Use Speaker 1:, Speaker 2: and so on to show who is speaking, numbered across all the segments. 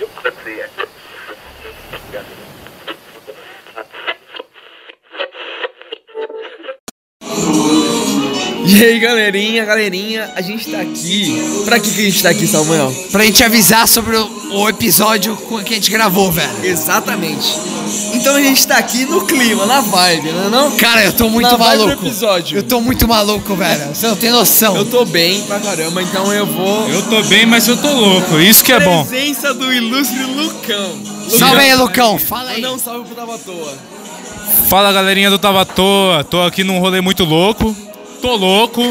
Speaker 1: acontecer.
Speaker 2: E aí, galerinha, galerinha, a gente tá aqui. Pra que, que a gente tá aqui, Samuel?
Speaker 3: Pra gente avisar sobre o, o episódio com- que a gente gravou, velho.
Speaker 2: Exatamente. Então a gente tá aqui no clima, na vibe, não é não?
Speaker 3: Cara, eu tô muito
Speaker 2: Na vibe do
Speaker 3: maluco.
Speaker 2: episódio.
Speaker 3: Eu tô muito maluco, velho. Você não tem noção.
Speaker 2: Eu tô bem pra caramba, então eu vou.
Speaker 4: Eu tô bem, mas eu tô louco. Isso que é bom.
Speaker 2: Presença do ilustre Lucão.
Speaker 3: Salve aí, Lucão. Fala aí.
Speaker 2: Manda um salve pro Tava à Toa.
Speaker 4: Fala galerinha do Tava à Toa. Tô aqui num rolê muito louco. Tô louco.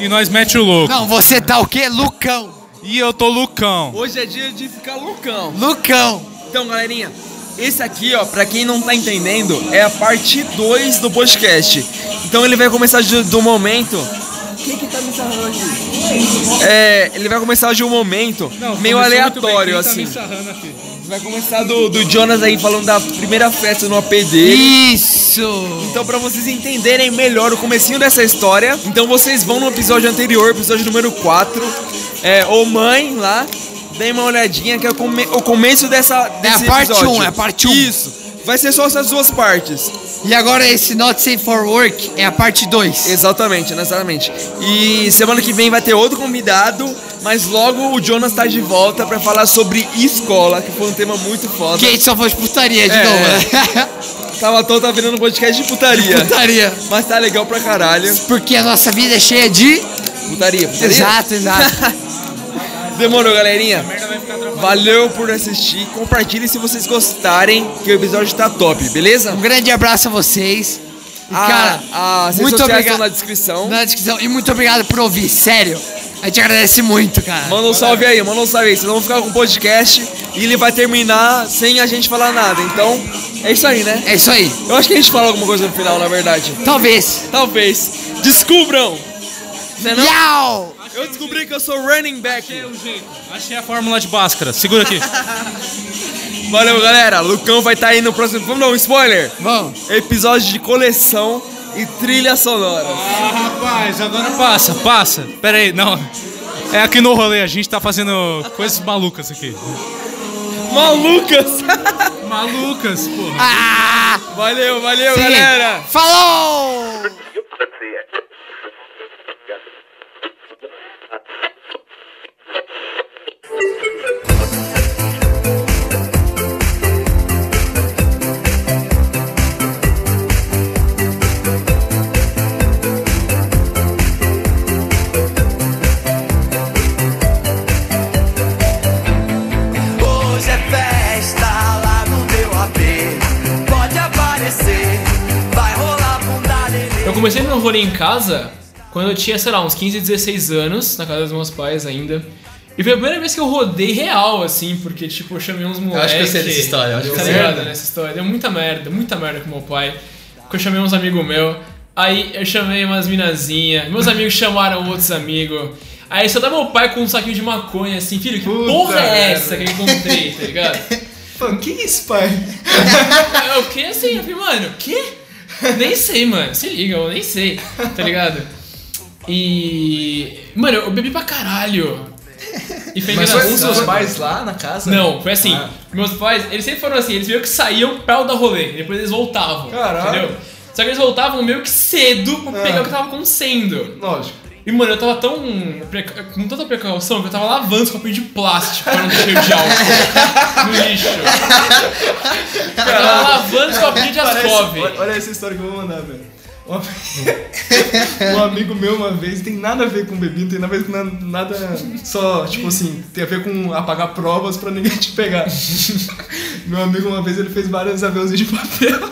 Speaker 4: E nós mete o louco.
Speaker 3: Não, você tá o quê? Lucão.
Speaker 4: E eu tô loucão.
Speaker 2: Hoje é dia de ficar loucão.
Speaker 3: Lucão.
Speaker 2: Então, galerinha, esse aqui, ó, pra quem não tá entendendo, é a parte 2 do podcast. Então ele vai começar de- do momento. Quem que tá me sarrando aqui? É, ele vai começar de um momento meio aleatório, assim. Vai começar do, do Jonas aí falando da primeira festa no AP dele.
Speaker 3: Isso.
Speaker 2: Então, pra vocês entenderem melhor o comecinho dessa história, então vocês vão no episódio anterior, episódio número 4, é, ou mãe lá, deem uma olhadinha que é o, come- o começo dessa desse
Speaker 3: a parte
Speaker 2: episódio.
Speaker 3: um, é a parte um.
Speaker 2: Isso. Vai ser só essas duas partes.
Speaker 3: E agora esse Not Safe for Work é a parte 2.
Speaker 2: Exatamente, exatamente. E semana que vem vai ter outro convidado, mas logo o Jonas tá de volta pra falar sobre escola, que foi um tema muito foda.
Speaker 3: Que a gente só foi de putaria de
Speaker 2: É.
Speaker 3: novo.
Speaker 2: Tava todo tá virando um podcast de putaria.
Speaker 3: putaria.
Speaker 2: Mas tá legal pra caralho.
Speaker 3: Porque a nossa vida é cheia de...
Speaker 2: Putaria, putaria.
Speaker 3: Exato, exato.
Speaker 2: Demorou, galerinha. Valeu por assistir. Compartilhe se vocês gostarem, que o episódio tá top, beleza?
Speaker 3: Um grande abraço a vocês. E,
Speaker 2: Ah,
Speaker 3: cara,
Speaker 2: a, as redes
Speaker 3: muito
Speaker 2: sociais estão
Speaker 3: obrigado. Né?
Speaker 2: na descrição.
Speaker 3: Na descrição. E muito obrigado por ouvir, sério. A gente agradece muito, cara.
Speaker 2: Manda um salve aí, manda um salve aí. Vocês vão ficar com o podcast e ele vai terminar sem a gente falar nada. Então, é isso aí, né?
Speaker 3: É isso aí.
Speaker 2: Eu acho que a gente fala alguma coisa no final, na verdade.
Speaker 3: Talvez.
Speaker 2: Talvez. Descubram! Não é não?
Speaker 3: Tchau!
Speaker 2: Eu descobri que eu sou running back.
Speaker 4: Achei a fórmula de Bhaskara. Segura aqui.
Speaker 2: Valeu, galera. Lucão vai estar aí no próximo. Vamos dar um spoiler?
Speaker 3: Bom,
Speaker 2: Episódio de coleção e trilha sonora.
Speaker 4: Ah, rapaz, agora passa, passa. Pera aí, não. É aqui no rolê, a gente tá fazendo coisas malucas aqui.
Speaker 2: Malucas!
Speaker 4: Malucas, porra.
Speaker 3: ah,
Speaker 2: Valeu, valeu,
Speaker 3: seguinte.
Speaker 2: galera!
Speaker 3: Falou!
Speaker 5: Hoje é festa lá no meu AP. Pode aparecer, vai rolar bunda
Speaker 6: Eu
Speaker 5: dele.
Speaker 6: comecei meu rolê em casa quando eu tinha, sei lá, uns 15, 16 anos, na casa dos meus pais ainda. E foi a primeira vez que eu rodei real, assim, porque, tipo, eu chamei uns moleques.
Speaker 7: acho que eu sei dessa história, eu acho que
Speaker 6: tá
Speaker 7: eu sei.
Speaker 6: ligado nessa história. Deu muita merda, muita merda com meu pai. Porque eu chamei uns amigos meu. Aí eu chamei umas minazinhas. Meus amigos chamaram outros amigos. Aí só dá meu pai com um saquinho de maconha, assim, filho, que porra é essa que eu encontrei, tá ligado?
Speaker 7: Pô, que isso, pai?
Speaker 6: Eu fiquei assim, eu falei, mano, que? Nem sei, mano. Se liga, eu nem sei, tá ligado? E. Mano, eu bebi pra caralho. E foi
Speaker 7: Mas foi um dos
Speaker 6: engraçado.
Speaker 7: seus pais lá na casa?
Speaker 6: Não, foi assim.
Speaker 7: Ah.
Speaker 6: Meus pais, eles sempre foram assim, eles meio que saíam pra o dar rolê, depois eles voltavam.
Speaker 7: Caralho. Ah.
Speaker 6: Entendeu? Só que eles voltavam meio que cedo pra pegar o que tava acontecendo.
Speaker 7: Lógico.
Speaker 6: E, mano, eu tava tão. preca- com tanta precaução que eu tava lavando os copinhos de plástico pra não ter cheio de álcool no lixo. Eu tava lavando os copinhos de
Speaker 7: Parece-
Speaker 6: Ascov.
Speaker 7: olha- Olha essa história que eu vou mandar, velho. Uma- um amigo meu uma vez tem nada a ver com bebida, não tem nada a ver com na- nada. Só, tipo assim, tem a ver com apagar provas pra ninguém te pegar. meu amigo uma vez ele fez vários aviãozinhos de papel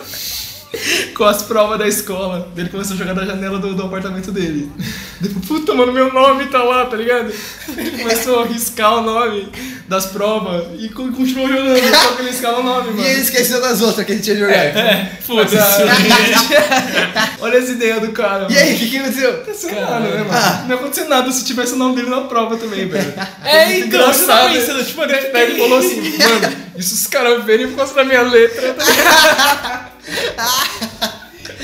Speaker 7: com as provas da escola. Ele começou a jogar da janela do, do apartamento dele. Depois, puta, mano, meu nome tá lá, tá ligado? Ele começou a riscar o nome das provas e co- continuou jogando, só que ele riscava o nome, mano.
Speaker 3: esqueceu das outras que a gente ia jogar.
Speaker 2: ah,
Speaker 7: Olha as ideias do cara. mano.
Speaker 3: o que, que aconteceu?
Speaker 2: é
Speaker 7: Sei lá, né, mano?
Speaker 2: Ah.
Speaker 7: Não ia acontecer nada se tivesse o nome dele na prova também, velho.
Speaker 6: É, então, você tá
Speaker 7: Engraçado,
Speaker 2: né?
Speaker 6: pensando, tipo, mano,
Speaker 7: Ele pega e falou assim, mano, isso os caras verem por causa da minha letra. tá ligado?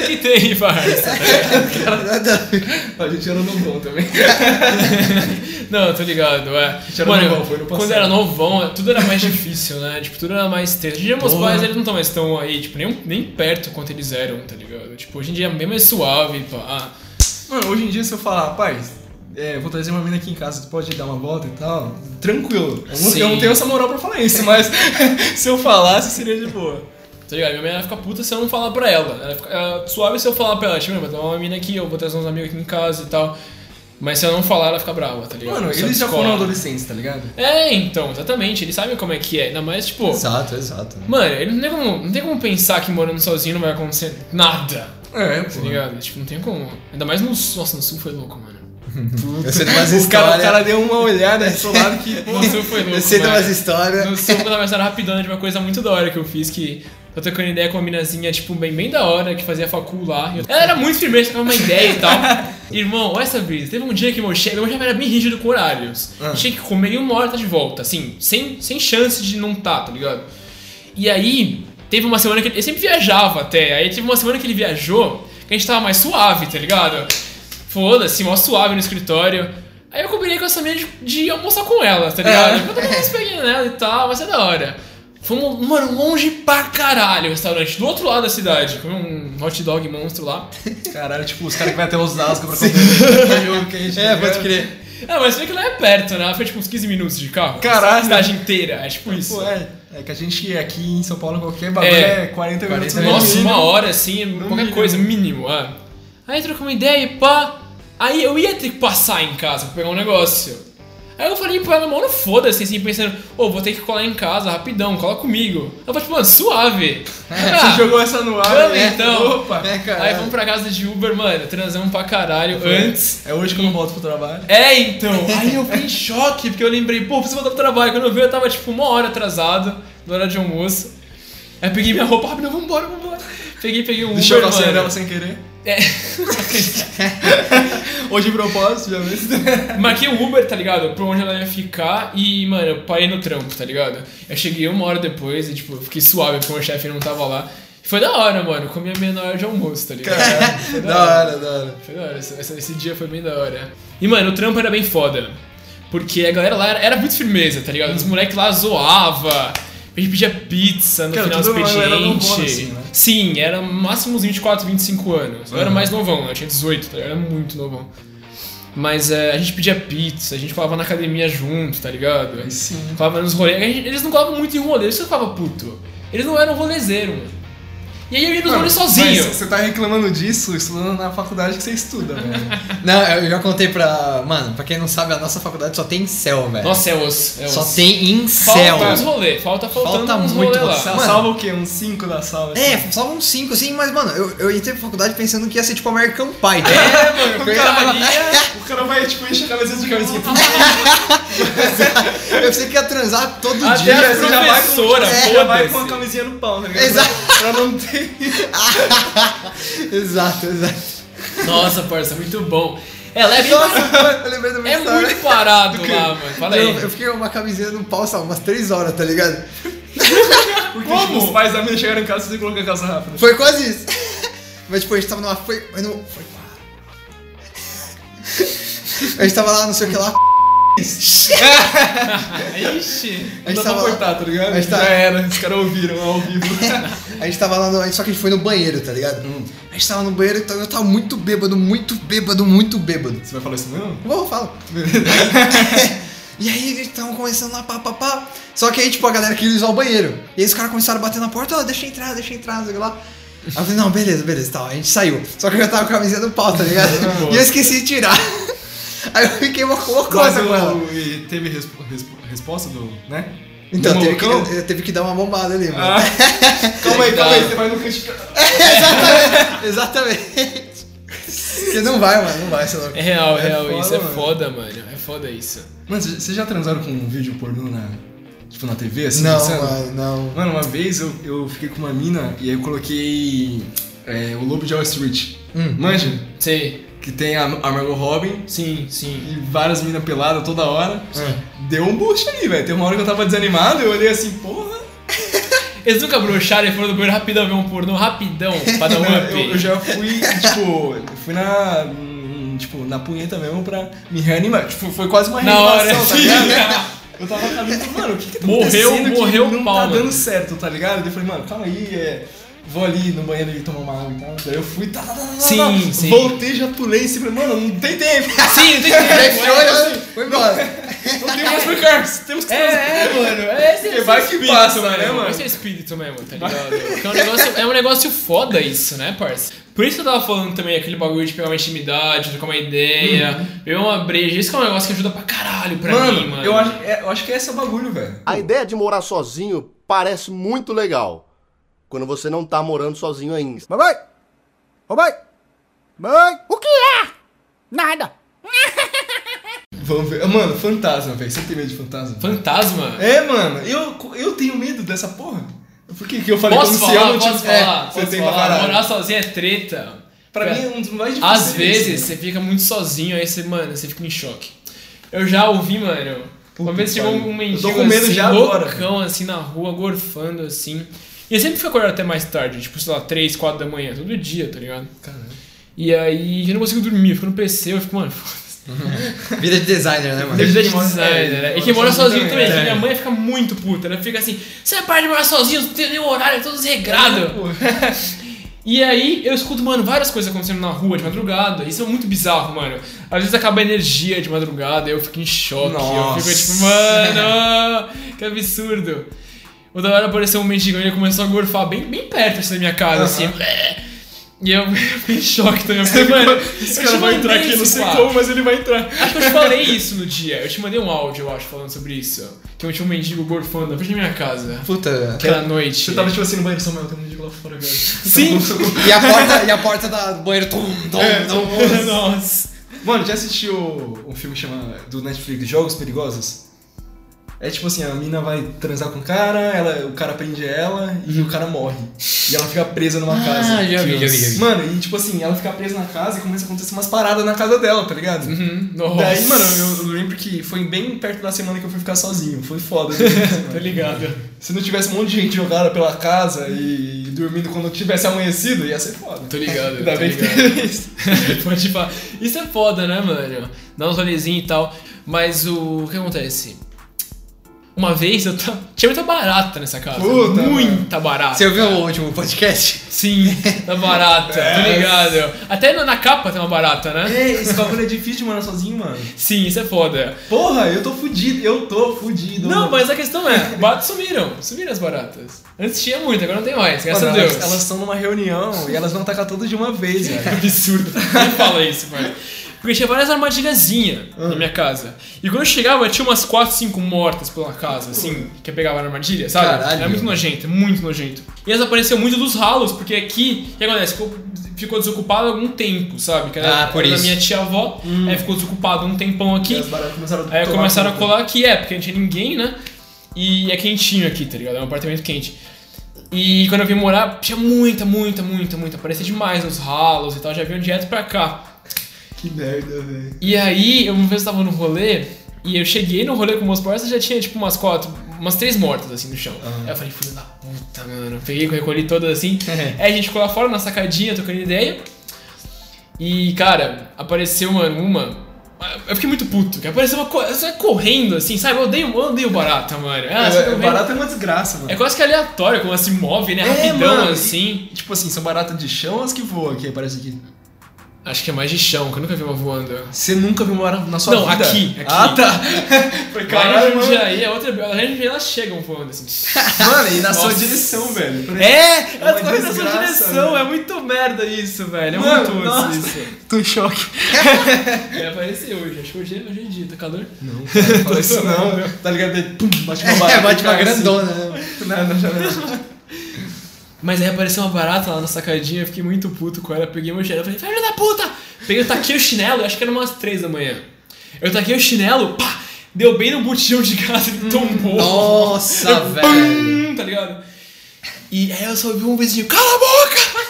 Speaker 6: que tem, parça?
Speaker 2: Nada a ver. A gente era novão também.
Speaker 6: Não, eu tô ligado, é.
Speaker 2: era
Speaker 6: Mano,
Speaker 2: novão, foi no
Speaker 6: quando
Speaker 2: passado.
Speaker 6: era novão, tudo era mais difícil, né? Tipo, tudo era mais tenso. Hoje em dia meus pais, eles não estão mais tão aí, tipo, nem, nem perto quanto eles eram, tá ligado? Tipo, hoje em dia é bem mais suave, pá. Ah,
Speaker 2: Mano, hoje em dia se eu falar, pai, é, vou trazer uma mina aqui em casa, tu pode dar uma volta e tal? Tranquilo. Eu não,
Speaker 6: Sim.
Speaker 2: eu não tenho essa moral pra falar isso, mas se eu falasse seria de boa.
Speaker 6: Tá ligado? Minha mãe ela fica puta se eu não falar pra ela. Ela fica ela- suave se eu falar pra ela, tipo, "Meu, vai tomar uma mina aqui, eu vou trazer uns amigos aqui em casa e tal. Mas se eu não falar, ela fica brava, tá ligado?
Speaker 2: Mano,
Speaker 6: Isso é
Speaker 2: eles já
Speaker 6: escola.
Speaker 2: foram adolescentes, tá ligado?
Speaker 6: É, então, exatamente, eles sabem como é que é. Ainda mais, tipo,
Speaker 8: Exato, exato.
Speaker 6: mano, ele não tem como, não tem como pensar que morando sozinho não vai acontecer nada.
Speaker 2: É,
Speaker 6: Tá ligado? Tipo, não tem como. Ainda mais no sul. Nossa, no sul foi louco, mano.
Speaker 8: Eu sei de
Speaker 2: O cara,
Speaker 8: umas
Speaker 2: o
Speaker 8: histórias.
Speaker 2: cara deu uma olhada do seu lado que.
Speaker 6: No sul foi louco.
Speaker 8: Eu sei de
Speaker 6: mano.
Speaker 8: umas histórias.
Speaker 6: No sul eu tava história rapidona de uma coisa muito da hora que eu fiz que. Tô trocando ideia com uma minazinha, tipo, bem, bem da hora, que fazia facu lá. E eu- Ela era muito firmeza, tava uma ideia e tal. Irmão, olha essa brisa. Teve um dia que meu chefe, meu chefe era bem rígido com horários.
Speaker 8: Ah.
Speaker 6: Tinha que comer e uma hora tá de volta, assim, sem, sem chance de não tá, tá ligado? E aí, teve uma semana que ele, ele sempre viajava até. Aí teve uma semana que ele viajou, que a gente tava mais suave, tá ligado? Foda-se, mó suave no escritório. Aí eu combinei com essa menina de, de almoçar com ela, tá ligado? Eu tava mais pegando nela e tal, mas é da hora. Fomos, mano, longe pra caralho o restaurante, do outro lado da cidade. Comi um hot dog monstro lá.
Speaker 2: Caralho, tipo, os caras que vai até Osasco pra comer. jogo que a gente tá
Speaker 8: É, pode crer.
Speaker 6: Ah, mas foi que lá é perto, né? Foi tipo uns 15 minutos de carro.
Speaker 2: Caralho.
Speaker 6: Cidade inteira, é tipo isso.
Speaker 2: Pô, é, é que a gente aqui em São Paulo, qualquer bagulho
Speaker 6: É.
Speaker 2: é, 40 minutos. no
Speaker 6: Nossa,
Speaker 2: mínimo.
Speaker 6: uma hora assim, qualquer
Speaker 2: mínimo.
Speaker 6: coisa, mínimo, é. Aí trocou uma ideia e pá. Aí eu ia ter que passar em casa pra pegar um negócio. Aí eu falei pra ela, mano, foda-se, assim, pensando, ô, vou ter que colar em casa rapidão, cola comigo. Ela falou, tipo, mano, suave. Ah,
Speaker 2: Você jogou essa no ar.
Speaker 6: Vamos
Speaker 2: né?
Speaker 6: então.
Speaker 2: Opa.
Speaker 8: É, cara.
Speaker 6: Aí vamos pra casa de Uber, mano, transamos pra caralho antes.
Speaker 2: É hoje que eu não volto pro trabalho.
Speaker 6: É, então. Aí eu fiquei em choque, porque eu lembrei, pô, preciso voltar pro trabalho. Quando eu vi, eu tava tipo uma hora atrasado, na hora de almoço. Aí eu peguei minha roupa rápido, vambora, vambora. Peguei, peguei um
Speaker 2: Deixou a
Speaker 6: Uber,
Speaker 2: calcinha dela
Speaker 6: mano.
Speaker 2: sem querer.
Speaker 6: É.
Speaker 2: Hoje de propósito, já vez.
Speaker 6: Marquei o Uber, tá ligado? Pra onde ela ia ficar e, mano, eu parei no trampo, tá ligado? Eu cheguei uma hora depois e, tipo, eu fiquei suave porque o meu chefe não tava lá. Foi da hora, mano. Eu Comi a minha na hora de almoço, tá ligado? Foi
Speaker 8: Da hora, da hora.
Speaker 6: Foi da hora, esse, esse- esse dia foi bem da hora. E, mano, o trampo era bem foda. Porque a galera lá era, era muito firmeza, tá ligado? Os moleques lá zoava. A gente pedia pizza no
Speaker 2: Cara,
Speaker 6: final do
Speaker 2: tudo era- era
Speaker 6: expediente.
Speaker 2: novona, assim, né?
Speaker 6: Sim, era máximo uns 24, 25 anos. Eu era mais novão, eu tinha 18, tá ligado? Eu era muito novão. Mas é, a gente pedia pizza, a gente falava na academia junto, tá ligado?
Speaker 2: Sim.
Speaker 6: Falava nos rolês. A gente- Eles não colavam muito em rolê, isso que eu ficava puto. Eles não eram rolezeiro, mano. E aí eu ia nos rolês sozinho.
Speaker 2: Mas você tá reclamando disso estudando na faculdade que você estuda, velho.
Speaker 8: Não, eu já contei pra. Mano, pra quem não sabe, a nossa faculdade só tem céu, velho.
Speaker 6: Nossa, é osso. É osso.
Speaker 8: Só tem incel.
Speaker 6: Falta uns rolê, falta faltando
Speaker 8: Falta
Speaker 6: uns
Speaker 8: muito
Speaker 6: rolê lá.
Speaker 8: você.
Speaker 2: Sa-
Speaker 8: Mano.
Speaker 2: Salva o quê? Uns 5 da sala. assim.
Speaker 8: É, só uns 5 assim, mas mano, eu, eu entrei pra faculdade pensando que ia ser tipo American Pie. É, mano,
Speaker 2: O cara, vai, o cara vai, tipo, encher a cabeça de cabeça.
Speaker 8: eu pensei que ia transar todo
Speaker 6: Até
Speaker 8: dia.
Speaker 6: a
Speaker 8: assim, já-
Speaker 6: professora,
Speaker 8: É,
Speaker 2: Já vai com uma
Speaker 6: foda-se.
Speaker 2: camisinha no pau, tá ligado?
Speaker 8: Exato.
Speaker 2: Pra não ter.
Speaker 8: Exato, exato.
Speaker 6: Nossa, parça, muito bom. É, leve
Speaker 8: Nossa, eu lembrei do meu
Speaker 6: É muito parado lá, mano. Fala aí.
Speaker 8: Eu, eu fiquei com uma camiseta no pau, sabe, umas 3 horas, tá ligado?
Speaker 2: Porque tipo, os pais da mina chegaram em casa e você colocou a calça rápida.
Speaker 8: Foi quase isso. Mas tipo, a gente tava numa. Foi. Mas não. Foi. A gente tava lá, não sei o que lá.
Speaker 2: Ixi,
Speaker 8: A
Speaker 2: não
Speaker 8: gente
Speaker 2: dá
Speaker 8: tava
Speaker 2: pra
Speaker 8: lá.
Speaker 2: cortar, tá ligado?
Speaker 8: A gente tá-
Speaker 2: Já era, os caras ouviram ao vivo.
Speaker 8: A gente tava lá, no, a gente- só que a gente foi no banheiro, tá ligado?
Speaker 2: Hum.
Speaker 8: A gente tava no banheiro, então eu tava muito bêbado, muito bêbado, muito bêbado.
Speaker 2: Você vai falar isso mesmo?
Speaker 8: Bom, eu falo. e aí eles estavam começando lá, pá, pá, pá. Só que aí, tipo, a galera queria usar o banheiro. E aí os caras começaram a bater na porta, ó, deixa eu entrar, deixa eu entrar, não sei o que lá. Aí eu falei, não, beleza, beleza, tal. A gente saiu. Só que eu já tava com a camiseta no pau, tá ligado? e eu esqueci de tirar. Aí eu fiquei uma
Speaker 2: Mas
Speaker 8: loucosa
Speaker 2: o-
Speaker 8: com ela.
Speaker 2: E teve respo- respo- resposta do. né?
Speaker 8: Então,
Speaker 2: Do
Speaker 8: teve que,
Speaker 2: malucão?
Speaker 8: eu, eu teve que dar uma bombada ali, mano.
Speaker 2: Ah, calma aí, calma aí, você vai no canto.
Speaker 8: Exatamente. Porque não vai, mano, não vai, sei lá.
Speaker 6: É real, é real
Speaker 2: foda,
Speaker 6: isso. É
Speaker 2: mano.
Speaker 6: foda, mano. É foda isso.
Speaker 2: Mano, vocês vocês já transaram com um vídeo pornô na. Tipo, na TV, assim?
Speaker 8: Não,
Speaker 2: passando?
Speaker 8: mano, não.
Speaker 2: Mano, uma vez eu, eu fiquei com uma mina e aí eu coloquei é, o Lobo de Wall Street.
Speaker 8: Hum.
Speaker 2: Manja?
Speaker 6: Sei.
Speaker 2: Que tem a, a Margot Robin
Speaker 6: Sim, sim.
Speaker 2: e várias minas peladas toda
Speaker 8: É.
Speaker 2: hora. Deu um boost ali, velho. Tem uma hora que eu tava desanimado, eu olhei assim, porra.
Speaker 6: Eles nunca broxaram e foram no banheiro rapidão ver um pornô rapidão pra dar um
Speaker 2: Não, eu, eu
Speaker 6: up.
Speaker 2: já fui, tipo, eu fui na. hum, Tipo, na punheta mesmo pra me reanimar. Tipo, foi quase uma
Speaker 6: Na hora,
Speaker 2: reanimação, tá ligado? Eu tava falando, mano, o que que tá
Speaker 6: Morreu-
Speaker 2: acontecendo que
Speaker 6: morreu o
Speaker 2: não
Speaker 6: pau,
Speaker 2: tá
Speaker 6: mano.
Speaker 2: dando certo, tá ligado? Eu falei, mano, calma aí, é, vou ali no banheiro e tomar uma água e tal. Daí eu fui, tá, tá, tá, tá, tá,
Speaker 6: Sim,
Speaker 2: tá.
Speaker 6: sim.
Speaker 2: Voltei, já pulei em cima, mano, não tem tempo.
Speaker 6: Sim, não tem tempo.
Speaker 8: Fechou, já foi embora.
Speaker 2: Não tem mais porque temos que
Speaker 6: É, é, mano. É esse
Speaker 2: Porque vai que
Speaker 6: espírito,
Speaker 2: passa, né, mano?
Speaker 6: Esse é o espírito mesmo, tá ligado? Porque é um negócio, é um negócio foda isso, né, parça? Por isso que eu tava falando também aquele bagulho de pegar uma intimidade, trocar uma ideia,
Speaker 2: Uhum.
Speaker 6: beber uma breja. Isso que é um negócio que ajuda pra caralho pra mim, mano.
Speaker 2: Eu, acho, é, eu acho que esse é o bagulho, velho.
Speaker 9: A ideia de morar sozinho parece muito legal quando você não tá morando sozinho ainda.
Speaker 10: Mamãe! Ô mãe! Mãe!
Speaker 9: O que é? Nada.
Speaker 2: Vamos ver. Mano, fantasma, velho. Você tem medo de fantasma?
Speaker 6: Fantasma?
Speaker 2: É, mano, eu, eu tenho medo dessa porra. Por que, que eu falei
Speaker 6: Posso
Speaker 2: como
Speaker 6: falar,
Speaker 2: se eu não
Speaker 6: posso
Speaker 2: tivesse.
Speaker 6: falar,
Speaker 2: É,
Speaker 6: posso
Speaker 2: você tem pra
Speaker 6: falar.
Speaker 2: caralho.
Speaker 6: Morar sozinho é treta.
Speaker 2: Pra mim é um dos mais difíceis.
Speaker 6: Às vezes você fica muito sozinho, aí você, mano, você fica em choque. Eu já ouvi, mano.
Speaker 2: Puta
Speaker 6: uma vez
Speaker 2: que
Speaker 6: chegou
Speaker 2: pariu.
Speaker 6: um mendigo
Speaker 2: Eu tô com medo
Speaker 6: assim,
Speaker 2: já agora,
Speaker 6: loucão, assim, na rua, gorfando, assim. E eu sempre fui acordar até mais tarde, tipo, sei lá, 3, 4 da manhã, todo dia, tá ligado? E aí eu não consigo dormir, eu fico no PC, eu fico, mano, foda-se.
Speaker 8: Vida de designer, né, mano?
Speaker 6: Eu já de
Speaker 2: mora-
Speaker 6: designer, né?
Speaker 2: é,
Speaker 6: E quem mora sozinho também,
Speaker 2: é.
Speaker 6: que minha mãe fica muito puta, ela fica assim, você para de morar sozinho, não tem nenhum horário, é todo desregrado. E aí eu escuto, mano, várias coisas acontecendo na rua de madrugada. Isso é muito bizarro, mano. Às vezes acaba a energia de madrugada, eu fico em choque. Eu
Speaker 2: Nossa.
Speaker 6: fico tipo, mano, que absurdo. Outra hora apareceu um mendigo e ele começou a gorfar bem, bem perto assim, da minha casa, assim. E eu fiquei em choque também. Eu falei, mano,
Speaker 2: Esse
Speaker 6: eu
Speaker 2: cara
Speaker 6: te
Speaker 2: vai entrar
Speaker 6: mandei
Speaker 2: aqui,
Speaker 6: esse
Speaker 2: não sei
Speaker 6: papo.
Speaker 2: como, mas ele vai entrar.
Speaker 6: Acho É que eu te falei isso no dia. Eu te mandei um áudio, eu acho, falando sobre isso. Que eu tinha um mendigo gorfando na frente da minha casa.
Speaker 8: Puta.
Speaker 6: Aquela noite.
Speaker 2: Você tava tipo assim no banheiro, Samuel, tem um mendigo lá fora, velho.
Speaker 6: Sim!
Speaker 8: E a porta, e a porta da, do banheiro. Tum, tum, tum.
Speaker 6: Nossa.
Speaker 2: Mano, já assistiu um filme que chama do Netflix Jogos Perigosos? É tipo assim, a mina vai transar com o cara, ela, o cara prende ela e o cara morre. E ela fica presa numa casa.
Speaker 8: Ah, já vi, já vi, já vi.
Speaker 2: Mano, e tipo assim, ela fica presa na casa e começa a acontecer umas paradas na casa dela, tá ligado?
Speaker 8: Uhum.
Speaker 6: Uhum, Nossa.
Speaker 2: Daí, mano, eu, eu lembro que foi bem perto da semana que eu fui ficar sozinho. Foi foda. Tá
Speaker 6: Tá ligado?
Speaker 2: Se não tivesse um monte de gente jogada pela casa e dormindo quando tivesse amanhecido, ia ser foda.
Speaker 6: Tô ligado,
Speaker 2: Ainda
Speaker 6: tô
Speaker 2: bem que
Speaker 6: ligado.
Speaker 2: tem isso.
Speaker 6: Pode falar. Isso é foda, né, mano? Dá uns rolezinhos e tal. Mas o, o que acontece? Uma vez eu tava. Tinha muita barata nessa casa.
Speaker 2: Puta,
Speaker 6: muita barata.
Speaker 8: Você ouviu o último podcast?
Speaker 6: Sim, da barata, tô ligado. Até na- na capa tem uma barata, né?
Speaker 2: Ei, esse bagulho é difícil de morar sozinho, mano.
Speaker 6: Sim, isso é foda.
Speaker 2: Porra, eu tô fudido, eu tô fudido.
Speaker 6: Não, mas a questão é, baratas sumiram. Sumiram as baratas. Antes tinha muito, agora não tem mais, graças
Speaker 2: Mano,
Speaker 6: a Deus.
Speaker 2: elas- Elas estão numa reunião e elas vão tacar todas de uma vez, velho.
Speaker 6: Absurdo. Nem fala isso, mano. Porque tinha várias armadilhazinhas na minha casa. E quando eu chegava, tinha umas 4, 5 mortas pela casa, assim, que eu pegava na armadilha, sabe?
Speaker 8: Caralho.
Speaker 6: Era muito nojento, muito nojento. E elas apareciam muito dos ralos, porque aqui, o que acontece? Ficou, ficou desocupado há algum tempo, sabe? Que era
Speaker 8: Ah, por
Speaker 6: da
Speaker 8: isso.
Speaker 6: minha tia-avó, aí ficou desocupado um tempão aqui.
Speaker 2: As baratas começaram a
Speaker 6: Aí
Speaker 2: tomar
Speaker 6: começaram a
Speaker 2: conta.
Speaker 6: colar aqui, é, porque não tinha ninguém, né? E é quentinho aqui, tá ligado? É um apartamento quente. E quando eu vim morar, tinha muita, muita, muita, muita. Parecia demais os ralos e tal, já vinham direto pra cá.
Speaker 2: Que merda, velho.
Speaker 6: E aí, eu uma vez eu tava no rolê, e eu cheguei no rolê com meus parceiros, já tinha tipo umas quatro, umas três mortas assim no chão. Aí eu falei, filho da puta, mano. Peguei, recolhi todas assim. aí a gente ficou lá fora na sacadinha, trocando ideia. E, cara, apareceu, mano, uma. Eu fiquei muito puto, que apareceu uma co- só correndo, assim, sabe? Eu odeio, eu odeio barata, mano. Ela só
Speaker 2: É,
Speaker 6: correndo.
Speaker 2: barata é uma desgraça, mano.
Speaker 6: tá É quase que aleatório como ela se move, né?
Speaker 2: É,
Speaker 6: Rapidão,
Speaker 2: mano.
Speaker 6: assim.
Speaker 2: Tipo assim, são baratas de chão ou as que voam aqui, parece aqui?
Speaker 6: Acho que é mais de chão, que eu nunca vi uma voando.
Speaker 2: Você nunca viu uma barata na sua
Speaker 6: Não,
Speaker 2: vida?
Speaker 6: aqui, aqui.
Speaker 2: Ah, tá. Foi
Speaker 6: Lá em
Speaker 2: caralho, mano.
Speaker 6: Jundiaí é outra. Lá em Jundiaí elas chegam voando assim.
Speaker 2: Mano, e na sua
Speaker 6: Nossa.
Speaker 2: direção, velho. Parece-
Speaker 6: É!
Speaker 2: uma
Speaker 6: Elas correm na sua
Speaker 2: desgraça, né?
Speaker 6: direção,
Speaker 2: mano.
Speaker 6: é muito merda isso, velho. É
Speaker 2: Mano,
Speaker 6: muito
Speaker 2: nossa.
Speaker 6: osso isso.
Speaker 2: Tô em choque.
Speaker 6: Vai aparecer hoje, acho que hoje é hoje é dia, tá calor?
Speaker 2: Não, cara, fala isso não. Tá ligado? Daí, Pum, bate uma barata.
Speaker 8: É, bate uma
Speaker 2: cai assim.
Speaker 8: grandona, né?
Speaker 2: Não, não, não, não.
Speaker 6: Mas aí apareceu uma barata lá na sacadinha, eu fiquei muito puto com ela, peguei meu chinelo, falei, filho da puta! Peguei, eu taquei o chinelo, acho que era umas três da manhã. Eu taquei o chinelo, pá! Deu bem no botijão de casa, ele tombou.
Speaker 8: Nossa, velho.
Speaker 6: Pum, tá ligado? E aí eu só ouvi um vizinho, cala a boca!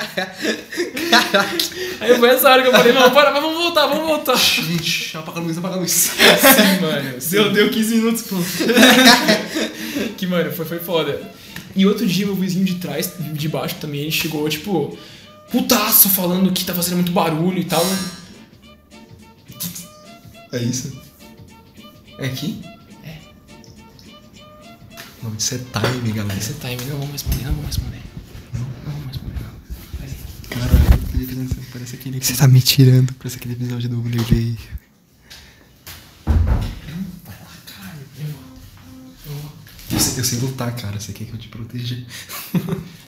Speaker 2: Caralho.
Speaker 6: Aí foi essa hora que eu falei, não, para, mas vamos voltar, vamos voltar.
Speaker 2: Gente, apaga a luz, apaga a luz.
Speaker 6: Sim, mano.
Speaker 2: Deu, deu 15 minutos, pô.
Speaker 6: que, mano, foi, foi foda. E outro dia, meu vizinho de trás, de baixo também, ele chegou, tipo, putaço, falando que tá fazendo muito barulho e tal.
Speaker 2: É isso.
Speaker 6: É aqui?
Speaker 8: O nome disso é time, galera.
Speaker 6: Você tá aí, não vamos responder, não vamos responder. Não vamos responder, não.
Speaker 2: Caralho, parece aquele.
Speaker 8: Você tá me tirando.
Speaker 2: Parece aquele episódio do Levei. Eu sei, eu sei lutar, cara. Você quer que eu te proteja?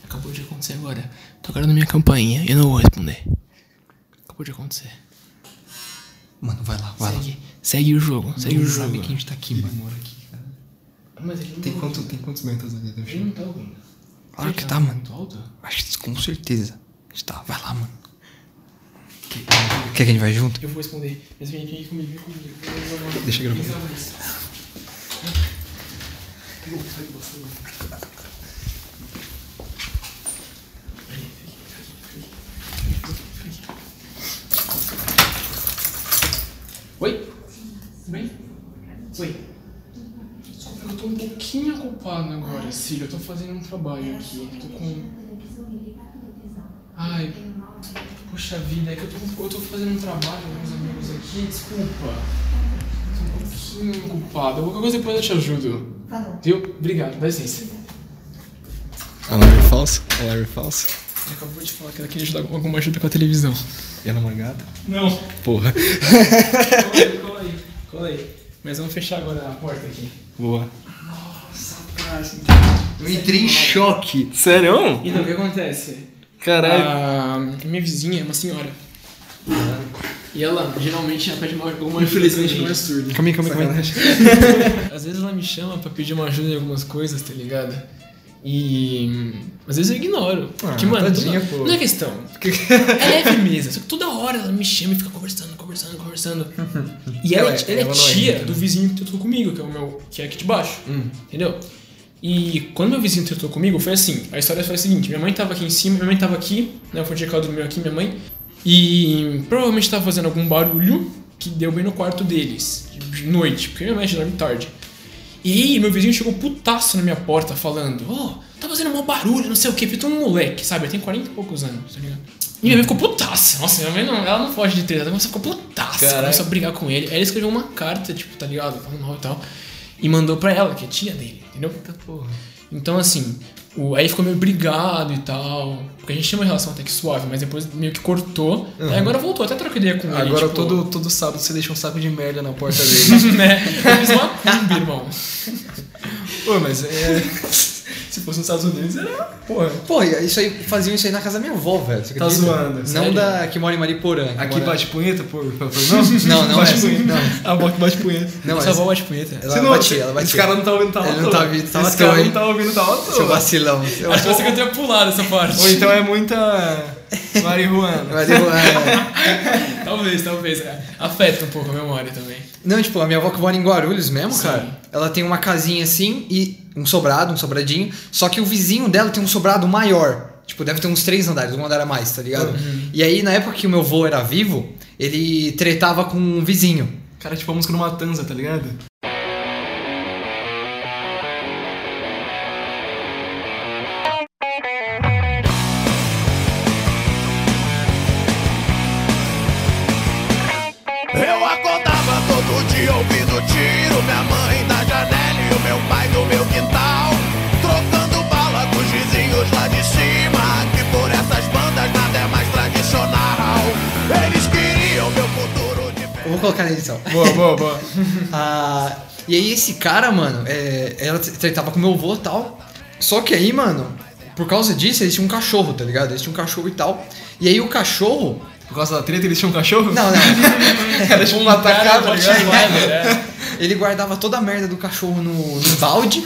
Speaker 6: Acabou de acontecer agora. Tocaram na minha campainha e eu não vou responder. Acabou de acontecer.
Speaker 8: Mano, vai lá, vai lá.
Speaker 6: Segue, segue o jogo, segue o
Speaker 8: Ele
Speaker 6: jogo.
Speaker 8: sabe que a gente tá aqui,
Speaker 2: Ele
Speaker 8: mano.
Speaker 2: mora aqui, cara.
Speaker 6: Mas ele não
Speaker 2: Tem, quanto, tem quantos mentas ali do
Speaker 6: Ele não tá ouvindo.
Speaker 8: Claro que tá, mano.
Speaker 6: Muito alto?
Speaker 8: Acho que com certeza. A gente tá, vai lá, mano. Quer que a gente vai junto?
Speaker 6: Eu vou responder. Mas vem aqui vem comigo, vem comigo.
Speaker 2: Deixa eu gravar.
Speaker 6: Oi? Tudo bem? Oi. Desculpa, eu tô um pouquinho ocupado agora, Cílio. Eu tô fazendo um trabalho aqui. Tô com. Ai. Puxa vida, é que eu tô, eu tô fazendo um trabalho com uns amigos aqui. Desculpa. Tô um pouquinho ocupado. Qualquer coisa depois eu te ajudo. Tá bom. Viu? Obrigado, dá licença.
Speaker 2: Alarme falso? Alarme falso?
Speaker 6: Ele acabou de falar que ela queria ajudar com alguma ajuda com a televisão.
Speaker 2: E a namorada?
Speaker 6: Não.
Speaker 2: Porra.
Speaker 6: Cola aí, cola aí. Cola aí. Mas vamos fechar agora a porta aqui.
Speaker 2: Boa.
Speaker 8: Eu entrei em choque.
Speaker 2: Sério?
Speaker 6: Então, o que acontece?
Speaker 2: Caralho.
Speaker 6: A minha vizinha é uma senhora. E ela geralmente ela pede uma, alguma ajuda. Infelizmente não é surda.
Speaker 2: Calma aí, calma aí, calma aí.
Speaker 6: Às vezes ela me chama pra pedir uma ajuda em algumas coisas, tá ligado? E. hum, Às vezes eu ignoro. Porque,
Speaker 2: Ah,
Speaker 6: mano,
Speaker 2: tadinha,
Speaker 6: toda-
Speaker 2: pô.
Speaker 6: não é questão. ela é firmeza, só que toda hora ela me chama e fica conversando, conversando, conversando. E ela,
Speaker 2: Ela é-
Speaker 6: é, ela é
Speaker 2: ela não é
Speaker 6: tia
Speaker 2: rica, Hum. né?
Speaker 6: do vizinho que tretou comigo, que é o meu. que é aqui de baixo. Entendeu? E quando meu vizinho tretou comigo, foi assim: a história foi a seguinte: minha mãe tava aqui em cima, minha mãe tava aqui, né? Eu fui checar do meu aqui, minha mãe. E provavelmente tava fazendo algum barulho que deu bem no quarto deles, de noite, porque minha mãe dorme tarde. E aí, meu vizinho chegou putaço na minha porta falando: Ó, tá fazendo mó barulho, não sei o que, porque tu é um moleque, sabe? Eu tenho 40 e poucos anos, tá ligado? E minha mãe ficou putaça. Nossa, minha mãe não, ela não foge de treta, ela começou a ficar putaça. Começou a brigar com ele. Aí ele escreveu uma carta, tipo, tá ligado? Falando mal e tal. E mandou pra ela, que é tia dele, entendeu? Então, assim, o, aí ficou meio brigado e tal. Porque a gente tinha uma relação até que suave, mas depois meio que cortou. Aí agora voltou, até troca ideia com ele.
Speaker 2: Agora
Speaker 6: tipo,
Speaker 2: todo, todo sábado você deixa um saco de merda na porta dele.
Speaker 6: né? Eu fiz uma cumba, irmão.
Speaker 2: Pô, mas é. Se fosse nos Estados Unidos, era. Porra.
Speaker 8: Pô, isso aí, faziam isso aí na casa da minha avó, velho. Você
Speaker 2: Tá
Speaker 8: acredita?
Speaker 2: zoando,
Speaker 8: Não
Speaker 6: sério?
Speaker 8: da que mora em Mariporã. que
Speaker 2: Aqui
Speaker 8: mora-
Speaker 2: bate punheta, pô. pô, pô, Não,
Speaker 8: Não, não
Speaker 2: bate
Speaker 8: é.
Speaker 2: punheta. A boca bate punheta.
Speaker 8: Não, essa,
Speaker 6: Sua avó bate punheta.
Speaker 8: ela batia, ela batia.
Speaker 2: Esse cara não tá ouvindo, tá
Speaker 8: Ele não tá ouvindo, tá à
Speaker 2: Esse cara
Speaker 8: toa,
Speaker 2: não
Speaker 8: hein?
Speaker 2: tá ouvindo, tá à
Speaker 8: Seu
Speaker 2: toa.
Speaker 8: vacilão. Eu...
Speaker 6: Acho que você que eu tenha pulado essa parte.
Speaker 2: Ou então é muita. marihuana.
Speaker 8: Mas eu, é...
Speaker 6: Talvez, talvez. é. Afeta um pouco a memória também.
Speaker 8: Não, tipo, a minha avó que mora em Guarulhos mesmo,
Speaker 6: Sim.
Speaker 8: cara. Ela tem uma casinha assim e um sobrado, um sobradinho. Só que o vizinho dela tem um sobrado maior. Tipo, deve ter uns três andares, um andar a mais, tá ligado?
Speaker 2: Uhum.
Speaker 8: E aí, na época que o meu avô era vivo, ele tretava com um vizinho.
Speaker 2: Cara, tipo a música do Matanza, tá ligado?
Speaker 11: Eu acordava todo dia ouvindo tiro Minha mãe da janela e o meu pai do meu quintal Trocando bala com os vizinhos lá tá de cima Que por essas bandas nada é mais tradicional Eles queriam meu futuro de
Speaker 8: Eu vou colocar na edição.
Speaker 2: Boa, boa, boa.
Speaker 8: Ah, e aí esse cara, mano, é, ela tretava com meu avô e tal. Só que aí, mano, por causa disso, eles tinham um cachorro, tá ligado? Eles tinham um cachorro e tal. E aí o cachorro.
Speaker 2: Por causa da treta, eles tinham um cachorro?
Speaker 8: Não, não.
Speaker 2: Era tipo um atacado, tá
Speaker 6: Bate
Speaker 2: ligado?
Speaker 6: lado, né?
Speaker 8: Ele guardava toda a merda do cachorro no, no balde.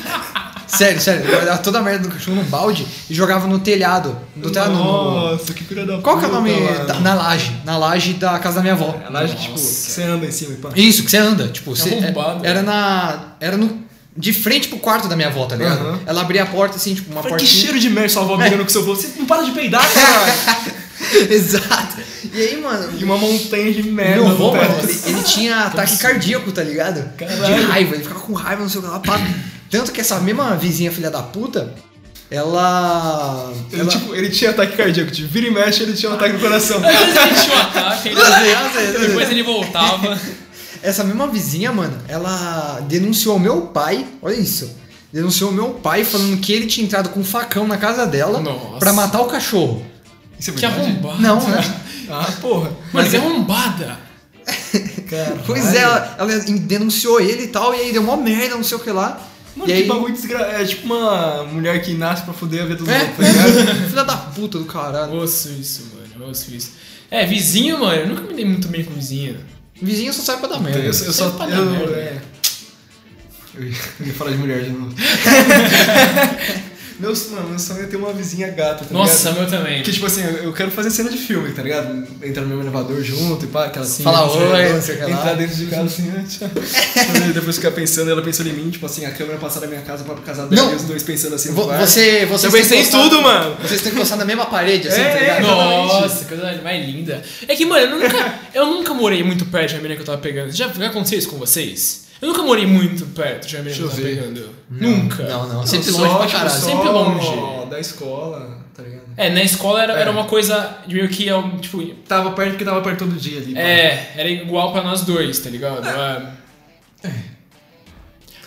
Speaker 8: Sério, sério, ele guardava toda a merda do cachorro no balde e jogava no telhado. No telhado no- no-
Speaker 2: Nossa, que filha da
Speaker 8: Qual que é o
Speaker 2: puta,
Speaker 8: nome?
Speaker 2: mano.
Speaker 8: da- na laje. Na laje da casa da minha avó.
Speaker 2: A laje, tipo, que você anda em cima e pá.
Speaker 8: Isso, que você anda.
Speaker 2: É
Speaker 8: Tipo, você,
Speaker 2: um
Speaker 6: arrombado.
Speaker 2: né?
Speaker 8: era na. Era no. De frente pro quarto da minha avó, tá ligado?
Speaker 2: Aham.
Speaker 8: Ela abria a porta assim, tipo, uma É.
Speaker 2: Olha
Speaker 8: porta.
Speaker 2: que cheiro de merda sua avó brigando com seu avô. Você não para de peidar, cara.
Speaker 8: Exato. E aí, mano.
Speaker 2: e uma montanha de merda
Speaker 8: Meu
Speaker 2: no
Speaker 8: avô, mano,
Speaker 2: teto.
Speaker 8: ele, ele tinha ataque cardíaco, tá ligado? De raiva, ele ficava com raiva, não sei o que lá, pá. Tanto que essa mesma vizinha filha da puta, ela.
Speaker 2: Ele, tipo, ele tinha ataque cardíaco, tipo, vira e mexe, ele tinha um ataque no coração.
Speaker 6: Às vezes ele tinha um ataque, ele
Speaker 8: Às vezes, às vezes, às
Speaker 6: depois
Speaker 8: vezes.
Speaker 6: ele voltava.
Speaker 8: é assim. Essa mesma vizinha, mano, ela denunciou meu pai, olha isso. Denunciou meu pai falando que ele tinha entrado com um facão na casa dela
Speaker 6: Nossa.
Speaker 8: pra matar o cachorro.
Speaker 2: Isso é
Speaker 6: Que
Speaker 2: verdade?
Speaker 6: arrombada.
Speaker 8: Não, né?
Speaker 2: Ah, porra.
Speaker 6: Mano, que arrombada.
Speaker 8: Pois é, ela, ela denunciou ele e tal, e aí deu mó merda, não sei o que lá.
Speaker 2: Mano,
Speaker 8: e
Speaker 2: que
Speaker 8: aí,
Speaker 2: bagulho desgraçado. É tipo uma mulher que nasce pra foder a vida dos
Speaker 8: É,
Speaker 2: outros, tá ligado?
Speaker 8: é, filha da puta do caralho.
Speaker 6: Osso isso, mano. Osso isso. É, vizinho, mano. Eu nunca me dei muito bem com vizinho.
Speaker 8: Vizinho só sai pra dar merda.
Speaker 2: Eu, eu só.
Speaker 6: Sempre pra dar
Speaker 2: Eu,
Speaker 6: merda.
Speaker 2: é. eu, ia, eu ia falar de mulher de novo. meu, mano, meu sonho é ter uma vizinha gata, tá
Speaker 6: Nossa,
Speaker 2: ligado?
Speaker 6: meu também.
Speaker 2: Que tipo assim, eu eu quero fazer cena de filme, tá ligado? Entrar no mesmo elevador junto e pá, aquela assim.
Speaker 8: Falar oi, não sei o que lá.
Speaker 2: Entrar dentro de casa assim, ah, tchau. Aí Depois ficar pensando, ela pensou em mim, tipo assim, a câmera passar da minha casa pra casar dela
Speaker 8: Não.
Speaker 2: e os dois pensando assim. no
Speaker 8: Vo-
Speaker 2: bar.
Speaker 8: Você, vocês
Speaker 2: Eu
Speaker 8: têm
Speaker 2: pensei
Speaker 8: que
Speaker 2: em
Speaker 8: postar-
Speaker 2: tudo, mano.
Speaker 8: Vocês têm que postar na mesma parede, assim,
Speaker 2: É,
Speaker 8: tá ligado?
Speaker 6: Nossa, coisa mais linda. É que, mano, eu nunca, eu nunca morei muito perto de uma menina que eu tava pegando. Já, já aconteceu isso com vocês? Eu nunca morei muito perto de uma menina que eu tava pegando. nunca.
Speaker 8: Não, não, sempre
Speaker 2: Só,
Speaker 8: longe pra
Speaker 2: tipo,
Speaker 8: caralho.
Speaker 2: só
Speaker 6: Sempre longe.
Speaker 2: Da escola, tá ligado?
Speaker 6: É, na escola era, era uma coisa de meio que, é um, tipo,
Speaker 2: Tava perto que tava perto todo dia ali. mano.
Speaker 6: é, era igual pra nós dois, tá ligado?
Speaker 2: É.
Speaker 6: Ah.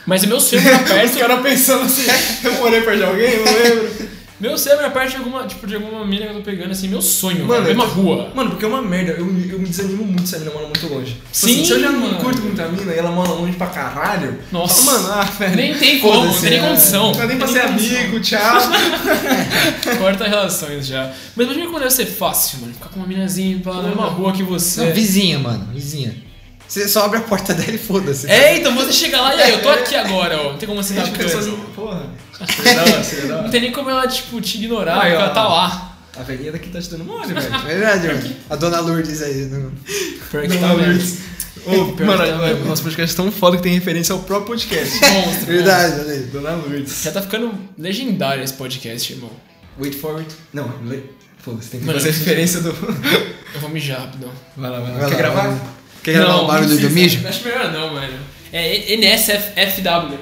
Speaker 6: Mas o meu sonho era perto,
Speaker 2: Eu tava pensando assim, eu morei perto de alguém, eu não lembro.
Speaker 6: meu sonho era perto de alguma, tipo, de alguma menina que eu tô pegando, assim, meu sonho,
Speaker 2: Mano,
Speaker 6: mano, mesma
Speaker 2: eu tô-
Speaker 6: rua.
Speaker 2: Mano, porque é uma merda, eu, eu me desanimo muito se a mina mora muito longe. Tipo
Speaker 6: Sim,
Speaker 2: assim, se eu já não
Speaker 6: mano.
Speaker 2: curto muito a mina e ela mora longe pra caralho.
Speaker 6: Nossa.
Speaker 2: eu falo, Mano, ah, velho.
Speaker 6: Nem tem como,
Speaker 2: foda-se,
Speaker 6: não tem nem
Speaker 2: é.
Speaker 6: condição.
Speaker 2: Não dá nem pra
Speaker 6: Não
Speaker 2: ser
Speaker 6: tem nem condição.
Speaker 2: amigo, tchau.
Speaker 6: Corta relações já. Mas imagina quando ia ser fácil, mano. Ficar com uma minazinha pá, na mesma rua que
Speaker 8: Não,
Speaker 2: É.
Speaker 6: você.
Speaker 8: vizinha, mano, vizinha. Você só abre a porta dela e foda-se.
Speaker 6: é, então você chega lá e aí, eu tô aqui agora, ó. Não tem como você dar
Speaker 2: Acho que eu
Speaker 6: cano.
Speaker 2: sozinho. Porra. Seria da hora, seria da
Speaker 6: Não
Speaker 2: hora.
Speaker 6: tem nem como ela, tipo, te ignorar,
Speaker 2: Aí,
Speaker 6: porque
Speaker 2: ó.
Speaker 6: ela tá lá.
Speaker 2: assim, A velhinha daqui tá te dando mole, velho.
Speaker 8: Verdade, mano. A dona Lourdes aí.
Speaker 2: né?
Speaker 8: No...
Speaker 6: Pior que tá
Speaker 2: Não,
Speaker 6: mesmo.
Speaker 2: Luiz. Ô,
Speaker 6: Pior
Speaker 2: mano,
Speaker 6: que tá mesmo.
Speaker 2: o nosso podcast é tão foda que tem referência ao próprio podcast.
Speaker 6: Monstro,
Speaker 8: Verdade, olha aí.
Speaker 2: Dona Lourdes.
Speaker 6: Já tá ficando legendário esse podcast, irmão.
Speaker 2: Wait for it. Não, le... pô, você tem que
Speaker 6: Mano,
Speaker 2: fazer a
Speaker 6: eu-
Speaker 2: referência do.
Speaker 6: Eu vou mijar rapidão.
Speaker 2: Vai lá, vai lá.
Speaker 8: Vai
Speaker 2: Quer
Speaker 8: lá,
Speaker 2: gravar?
Speaker 8: vai Quer gravar o barulho do mijo?
Speaker 6: Acho melhor não, mano. É NSFW.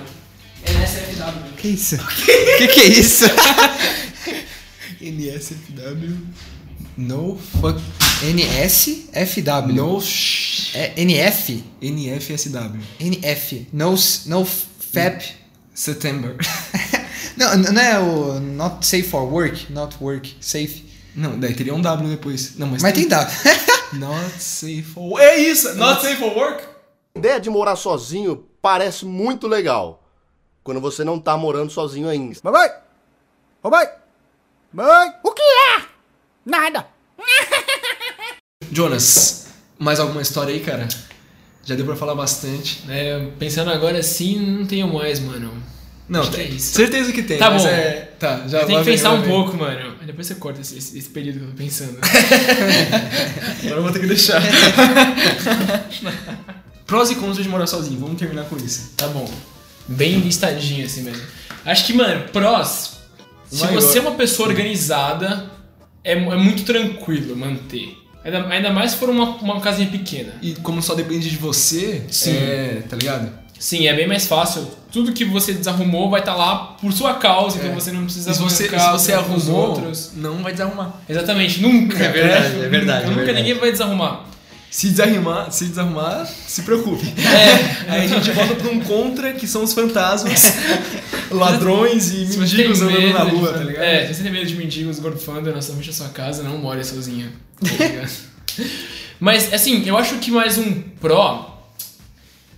Speaker 6: NSFW.
Speaker 8: Que isso? que que é isso?
Speaker 2: NSFW. No fuck.
Speaker 8: NSFW.
Speaker 2: No sh...
Speaker 8: É NF?
Speaker 2: NFSW.
Speaker 8: NF. No, s- no FAP.
Speaker 2: September. Ah,
Speaker 8: Não, n- não
Speaker 2: né,
Speaker 8: é o Not Safe for Work? Not Work Safe.
Speaker 2: Não, daí teria um W depois. Não, mas.
Speaker 8: Mas tem W.
Speaker 2: Not safe for. É isso! Not safe for work?
Speaker 9: A ideia de morar sozinho parece muito legal quando você não tá morando sozinho ainda.
Speaker 10: Mamãe! Ô mãe! Mãe!
Speaker 3: O que é? Nada.
Speaker 2: Jonas, mais alguma história aí, cara? Já deu pra falar bastante.
Speaker 6: É, pensando agora assim, não tenho mais, mano.
Speaker 2: Não,
Speaker 6: Acho que
Speaker 2: tem.
Speaker 6: é isso.
Speaker 2: Certeza que tem.
Speaker 6: Tá
Speaker 2: mas
Speaker 6: bom.
Speaker 2: É... Tá, já
Speaker 6: Eu tenho
Speaker 2: lá
Speaker 6: que
Speaker 2: vem,
Speaker 6: pensar
Speaker 2: lá
Speaker 6: um
Speaker 2: vem.
Speaker 6: pouco, mano. Depois você corta esse, esse, esse período que eu tô pensando.
Speaker 2: Agora eu vou ter que deixar. Prós e contras de morar sozinho, vamos terminar com isso.
Speaker 6: Tá bom. Bem listadinho assim mesmo. Acho que, mano, prós. Se
Speaker 2: Maior.
Speaker 6: você é uma pessoa organizada, é, mu- é muito tranquilo manter. Ainda, ainda mais se for uma, uma casinha pequena.
Speaker 2: E como só depende de você,
Speaker 6: Sim.
Speaker 2: é, tá ligado?
Speaker 6: Sim, é bem mais fácil. Tudo que você desarrumou vai estar lá por sua causa, então você não precisa
Speaker 2: se É. você, se
Speaker 6: arrancar
Speaker 2: você
Speaker 6: os outros.
Speaker 2: arrumou, não vai desarrumar.
Speaker 6: Exatamente, nunca.
Speaker 8: É verdade, é verdade, é
Speaker 6: Nunca
Speaker 8: verdade.
Speaker 6: ninguém vai desarrumar.
Speaker 2: Se desarrumar, se desarrumar, se preocupe.
Speaker 6: É.
Speaker 2: Aí a gente volta pra um contra que são os fantasmas, ladrões e
Speaker 6: Se você tem
Speaker 2: mendigos andando
Speaker 6: medo
Speaker 2: na
Speaker 6: de-
Speaker 2: rua, tá ligado?
Speaker 6: É, se você tem medo de mendigos gorfando na sua, na sua casa, não more sozinha. tá ligado? Mas, assim, eu acho que mais um pró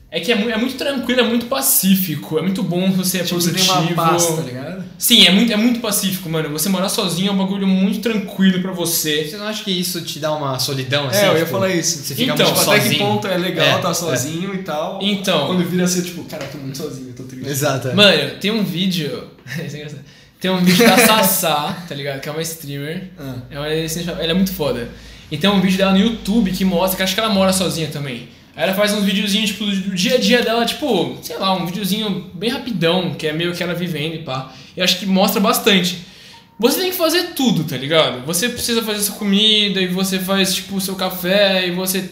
Speaker 6: é que é, mu- é muito tranquilo, é muito pacífico, é muito bom você é
Speaker 2: Tipo, você tem
Speaker 6: produtivo.
Speaker 2: uma paz, tá ligado?
Speaker 6: Sim, é muito, é muito pacífico, mano. Você morar sozinho é um bagulho muito tranquilo pra você.
Speaker 8: Você não acha que isso te dá uma solidão assim?
Speaker 2: É, eu ia
Speaker 8: tipo,
Speaker 2: falar isso.
Speaker 8: Você fica
Speaker 6: Então,
Speaker 8: muito
Speaker 2: Tipo, até que
Speaker 8: sozinho.
Speaker 2: ponto é legal
Speaker 8: É,
Speaker 2: tá
Speaker 8: é.
Speaker 2: sozinho e tal.
Speaker 6: Então.
Speaker 2: Quando vira ser tipo, cara, eu tô muito sozinho, eu tô triste.
Speaker 8: Exato. é.
Speaker 6: Mano, tem um vídeo. Isso é engraçado. Tem um vídeo da Sassá, tá ligado? Que é uma streamer.
Speaker 2: Ah.
Speaker 6: É uma- Ela é muito foda. E tem um vídeo dela no YouTube que mostra que acho que ela mora sozinha também. Aí ela faz uns videozinhos, tipo, do dia a dia dela, tipo, sei lá, um videozinho bem rapidão, que é meio que ela vivendo e pá. E acho que mostra bastante. Você tem que fazer tudo, tá ligado? Você precisa fazer sua comida, e você faz, tipo, o seu café, e você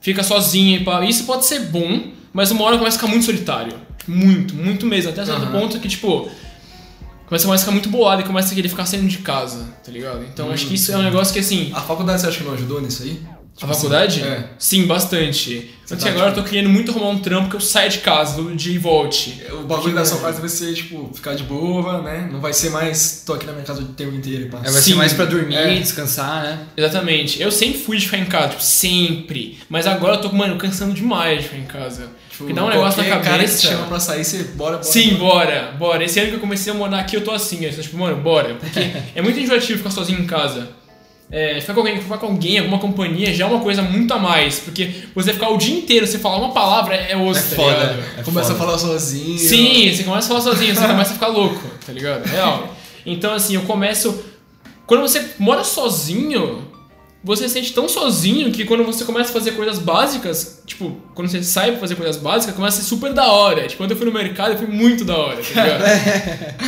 Speaker 6: fica sozinho e pá. Isso pode ser bom, Mas uma hora começa a ficar muito solitário. Muito, muito mesmo. Até certo ponto que, tipo, começa a ficar muito bolado e começa a querer ficar saindo de casa, tá ligado? Então acho que isso
Speaker 12: Hum.
Speaker 6: é um negócio que, assim,
Speaker 12: A faculdade você acha que não ajudou nisso aí?
Speaker 6: a faculdade?
Speaker 12: Tipo É.
Speaker 6: Sim, bastante. Tanto
Speaker 12: tá,
Speaker 6: que agora eu tô querendo muito arrumar um trampo que eu saia de casa todo dia e volte.
Speaker 12: O bagulho da sua parte vai ser, tipo, ficar de boa, né? Não vai ser mais, tô aqui na minha casa o tempo inteiro e pá. É. Sim.
Speaker 6: É, vai
Speaker 12: mas...
Speaker 6: ser mais pra
Speaker 12: dormir,
Speaker 8: descansar, né?
Speaker 6: Exatamente. Eu sempre fui de ficar em casa, tipo, sempre. Mas agora eu tô, mano, cansando demais de ficar em casa. Porque dá um negócio na cabeça.
Speaker 12: Tipo, cara que te chama pra sair, você bora, bora.
Speaker 6: Sim, bora, bora. Esse ano que eu comecei a morar aqui, eu tô assim, eu tô tipo, mano, bora. Porque é muito enjoativo ficar sozinho em casa. É, ficar com alguém, ficar com alguém, alguma companhia, já é uma coisa muito a mais. Porque você ficar o dia inteiro, você falar uma palavra é osso, tá ligado?
Speaker 12: Começa a falar sozinho.
Speaker 6: Sim, você começa a falar sozinho, você começa a ficar louco, tá ligado? Real. Então, assim, eu começo. Quando você mora sozinho, você se sente tão sozinho que quando você começa a fazer coisas básicas, tipo, quando você sai pra fazer coisas básicas, começa a ser super da hora. Tipo, quando eu fui no mercado, eu fui muito da hora, tá ligado?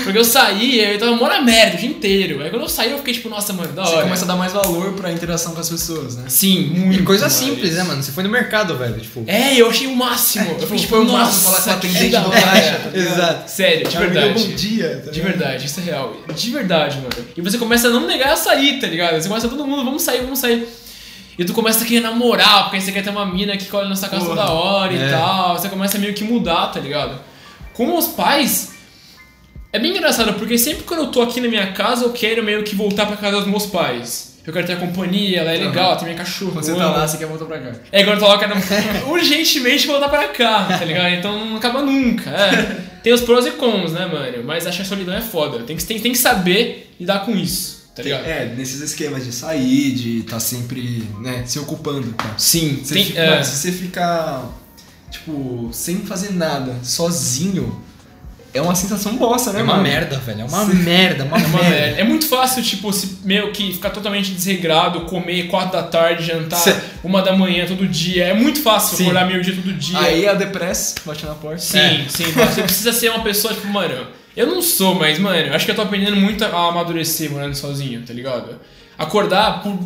Speaker 6: Porque eu saí, eu tava mora merda o dia inteiro. Aí quando eu saí, eu fiquei tipo, nossa, mano, da
Speaker 12: Você
Speaker 6: hora.
Speaker 12: começa a dar mais valor pra interação com as pessoas, né?
Speaker 6: Sim, muito.
Speaker 8: E coisa
Speaker 6: mais.
Speaker 8: simples, né, mano? Você foi no mercado, velho. Tipo.
Speaker 6: É, eu achei o máximo. eu fiquei, tipo,
Speaker 12: foi o
Speaker 6: nossa,
Speaker 12: máximo falar com a
Speaker 6: que
Speaker 12: atendente
Speaker 6: da
Speaker 12: do
Speaker 6: hora.
Speaker 12: caixa, tá
Speaker 8: Exato.
Speaker 6: Sério, de
Speaker 2: Cara, me deu
Speaker 8: um
Speaker 6: verdade.
Speaker 2: bom dia. tá
Speaker 6: De
Speaker 2: ligado?
Speaker 6: verdade, isso é real. De verdade, mano. E você começa a não negar a sair, tá ligado? Você começa a todo mundo, vamos sair, vamos sair. E tu começa a querer namorar, porque aí você quer ter uma mina que olha na sua casa toda hora e tal. Você começa a meio que mudar, tá ligado? Com os pais, é bem engraçado, porque sempre quando eu tô aqui na minha casa, eu quero meio que voltar pra casa dos meus pais. Eu quero ter a companhia, ela é legal, tem minha cachorra.
Speaker 12: Quando você
Speaker 6: eu
Speaker 12: tá
Speaker 6: amo.
Speaker 12: lá, você quer voltar pra cá.
Speaker 6: É, agora eu tô lá, eu quero urgentemente voltar pra cá, tá ligado? Então não acaba nunca. é. Tem os prós e cons, né, mano? Mas acho que a solidão é foda. Tem que, tem, tem que saber lidar com isso, tá ligado?
Speaker 12: É, nesses esquemas de sair, de estar sempre, né, se ocupando, tá?
Speaker 6: Sim,
Speaker 12: Você
Speaker 6: tem,
Speaker 12: fica-
Speaker 6: é,
Speaker 12: Se você ficar, tipo, sem fazer nada, sozinho, é uma sensação bosta, né,
Speaker 8: É uma
Speaker 12: mano?
Speaker 8: merda, velho. É uma merda, uma
Speaker 6: é uma
Speaker 8: merda.
Speaker 6: merda. É muito fácil, tipo, se meio que ficar totalmente desregrado, comer 4 da tarde, jantar
Speaker 8: Cê-
Speaker 6: uma da manhã todo dia. É muito fácil
Speaker 8: Sim.
Speaker 6: acordar meio dia todo dia.
Speaker 12: Aí a depressa bate na porta.
Speaker 6: Sim, sim. Você precisa ser uma pessoa, tipo, mano, eu não sou, mas, mano, eu acho que eu tô aprendendo muito a amadurecer morando sozinho, tá ligado? Acordar por,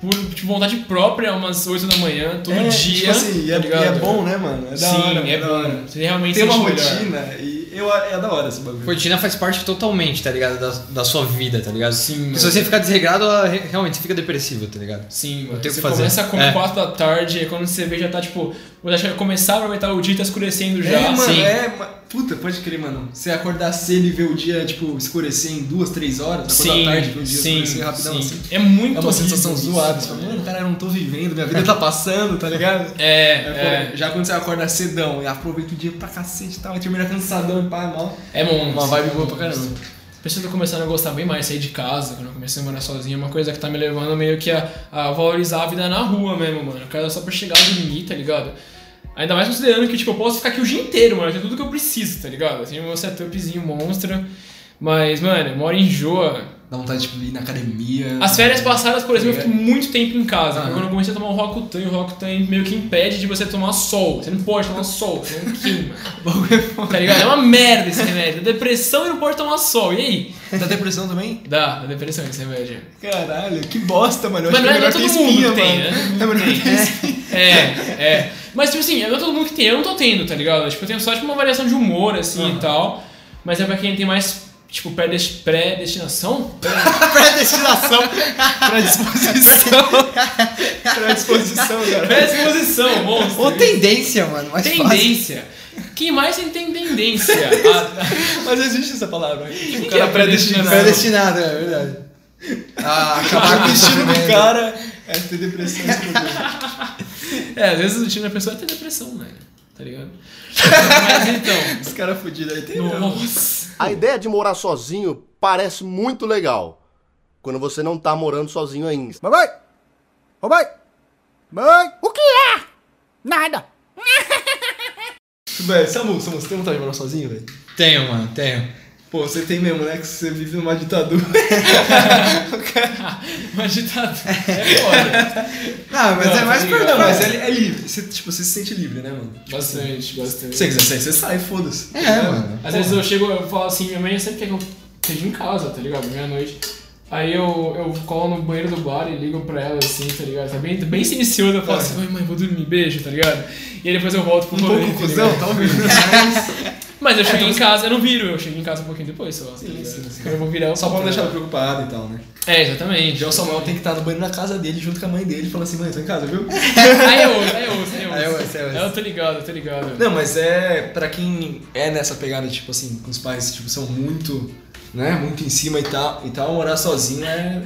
Speaker 6: por tipo, vontade própria umas 8 da manhã, todo
Speaker 2: É,
Speaker 6: dia.
Speaker 2: Tipo assim, e
Speaker 6: tá
Speaker 2: é,
Speaker 6: ligado?
Speaker 2: e é bom, né, mano? É da
Speaker 6: sim,
Speaker 2: hora.
Speaker 6: é
Speaker 2: da
Speaker 6: bom.
Speaker 2: hora.
Speaker 6: Você realmente
Speaker 2: Tem uma
Speaker 6: sente melhor.
Speaker 2: rotina e eu, é da hora esse bagulho.
Speaker 8: Rotina faz parte totalmente, tá ligado? Da, da sua vida, tá ligado?
Speaker 6: Sim,
Speaker 8: Porque
Speaker 6: mano.
Speaker 8: Se você ficar desregrado, ah, re- realmente você fica depressivo, tá ligado?
Speaker 6: Sim, mano.
Speaker 8: tem o que
Speaker 6: Você
Speaker 8: fazer.
Speaker 6: começa a comer
Speaker 8: É.
Speaker 6: 4 da tarde, e quando você vê já tá, tipo, você acha que vai começar a aproveitar o dia e tá escurecendo já.
Speaker 12: É, mano,
Speaker 6: Sim.
Speaker 12: é. ma- Puta, pode crer, mano. Você acordar cedo e ver o dia, tipo, escurecer em duas, três horas, acordar
Speaker 6: Sim,
Speaker 12: tarde,
Speaker 8: um
Speaker 12: ver o dia
Speaker 6: sim,
Speaker 12: escurecer rapidão
Speaker 6: sim.
Speaker 12: assim.
Speaker 6: É muito
Speaker 12: É uma sensação
Speaker 6: horrível
Speaker 12: zoada.
Speaker 6: isso,
Speaker 12: Você fala,
Speaker 6: mano.
Speaker 12: mano, cara, eu não tô vivendo, minha vida tá passando, tá ligado?
Speaker 6: É,
Speaker 12: Aí, pô,
Speaker 6: é.
Speaker 12: Já quando você acorda cedão e aproveita o dia pra cacete e tal, e termina cansadão e pá, mal.
Speaker 6: É bom.
Speaker 12: Uma vibe boa pra caramba.
Speaker 6: Preciso começando a gostar bem mais, sair de casa, quando eu comecei a morar sozinho, é uma coisa que tá me levando meio que a, a valorizar a vida na rua mesmo, mano. Eu quero só pra chegar e dormir, tá ligado? Ainda mais considerando que, tipo, eu posso ficar aqui o dia inteiro, mano. Tem tudo que eu preciso, tá ligado? Eu tenho meu setupzinho monstro. Mas, mano, mora em Joa.
Speaker 12: Dá vontade de tipo, ir na academia. É.
Speaker 6: As férias passadas, por exemplo, eu fiquei muito tempo em
Speaker 12: Aham.
Speaker 6: casa. porque Quando eu comecei a tomar o Rocutan, o Rocutan meio que impede de você tomar sol. Você não pode tomar sol, senão queima. tá ligado? É uma merda esse remédio. Depressão e não pode tomar sol. E aí?
Speaker 12: Dá depressão também?
Speaker 6: Dá, dá depressão esse remédio.
Speaker 2: Caralho, que bosta, mano. Eu
Speaker 6: Mas
Speaker 2: acho
Speaker 6: não
Speaker 2: que é
Speaker 6: é, não é
Speaker 2: melhor
Speaker 6: todo
Speaker 2: ter
Speaker 6: mundo
Speaker 2: espinha,
Speaker 6: que tem,
Speaker 2: mano.
Speaker 6: né? Não tem. É, é. Mas, tipo assim, não é todo mundo que tem. Eu não tô tendo, tá ligado? Tipo, eu tenho só tipo, uma variação de humor, assim, e tal. Mas é pra quem tem mais, tipo, predest- predestinação.
Speaker 8: Predestinação.
Speaker 2: Pra disposição, cara.
Speaker 6: Predisposição, monstro.
Speaker 8: Ou tendência, mano. Mais fácil.
Speaker 6: Tendência. Quem mais tem tem tendência? A-
Speaker 2: Mas existe essa palavra. né? O
Speaker 6: que
Speaker 2: cara
Speaker 6: é
Speaker 2: predestinado.
Speaker 8: Predestinado, é verdade. Ah, acabar
Speaker 2: O
Speaker 8: com
Speaker 2: destino
Speaker 8: isso.
Speaker 2: do cara é ter depressão. esse bagulho.
Speaker 6: É, às vezes o time da pessoa é ter depressão, né? Tá ligado? Mas então.
Speaker 2: Esse cara fudido aí tem.
Speaker 6: Nossa.
Speaker 9: A ideia de morar sozinho parece muito legal quando você não tá morando sozinho ainda.
Speaker 10: Mamãe! Mamãe! Mãe!
Speaker 3: O que é? Nada.
Speaker 2: Velho, Samu, Samu, você tem vontade de morar sozinho, velho?
Speaker 8: Tenho, mano, tenho.
Speaker 2: Pô, você tem mesmo, né? Que você vive numa ditadura.
Speaker 6: Mas ditado. É foda.
Speaker 8: Não, mas
Speaker 6: Não,
Speaker 8: é mais
Speaker 6: tá
Speaker 8: pra
Speaker 2: Não,
Speaker 6: ligado.
Speaker 2: mas Ah, é, li- é livre. Você, tipo, você se sente livre, né, mano?
Speaker 6: Bastante, bastante.
Speaker 2: Se você quiser sair, você sai, foda-se.
Speaker 8: É, mano.
Speaker 6: Às vezes eu chego, eu falo assim, minha mãe sempre quer que eu esteja em casa, tá ligado? Meia-noite. Aí eu, eu colo no banheiro do bar e ligo pra ela assim, tá ligado? Tá bem, bem silencioso, eu
Speaker 2: Tá.
Speaker 6: falo assim, oi mãe, vou dormir, beijo, tá ligado? E aí depois eu volto pro
Speaker 13: Um
Speaker 6: rolê,
Speaker 13: pouco
Speaker 6: tá
Speaker 13: cuzão,
Speaker 6: ligado?
Speaker 13: talvez.
Speaker 6: Mas eu
Speaker 2: É
Speaker 6: cheguei em casa, eu não viro, eu cheguei em casa um pouquinho depois só. tá ligado? Eu vou virar o
Speaker 2: Só pra não
Speaker 6: ponto,
Speaker 2: deixar ela
Speaker 6: né?
Speaker 2: preocupada e tal, né?
Speaker 6: É, exatamente.
Speaker 2: Então o Samuel tem que estar no banheiro na casa dele junto com a mãe dele falando assim, mãe, tô em casa, viu?
Speaker 6: Aí eu ouço, aí eu ouço, aí eu ouço.
Speaker 2: Aí eu ouço, aí eu ouço.
Speaker 6: Eu tô ligado, eu tô ligado.
Speaker 2: Não, mas é pra quem é nessa pegada, tipo assim, com os pais, tipo, são muito, né, muito em cima e tal, e tal, morar sozinho é...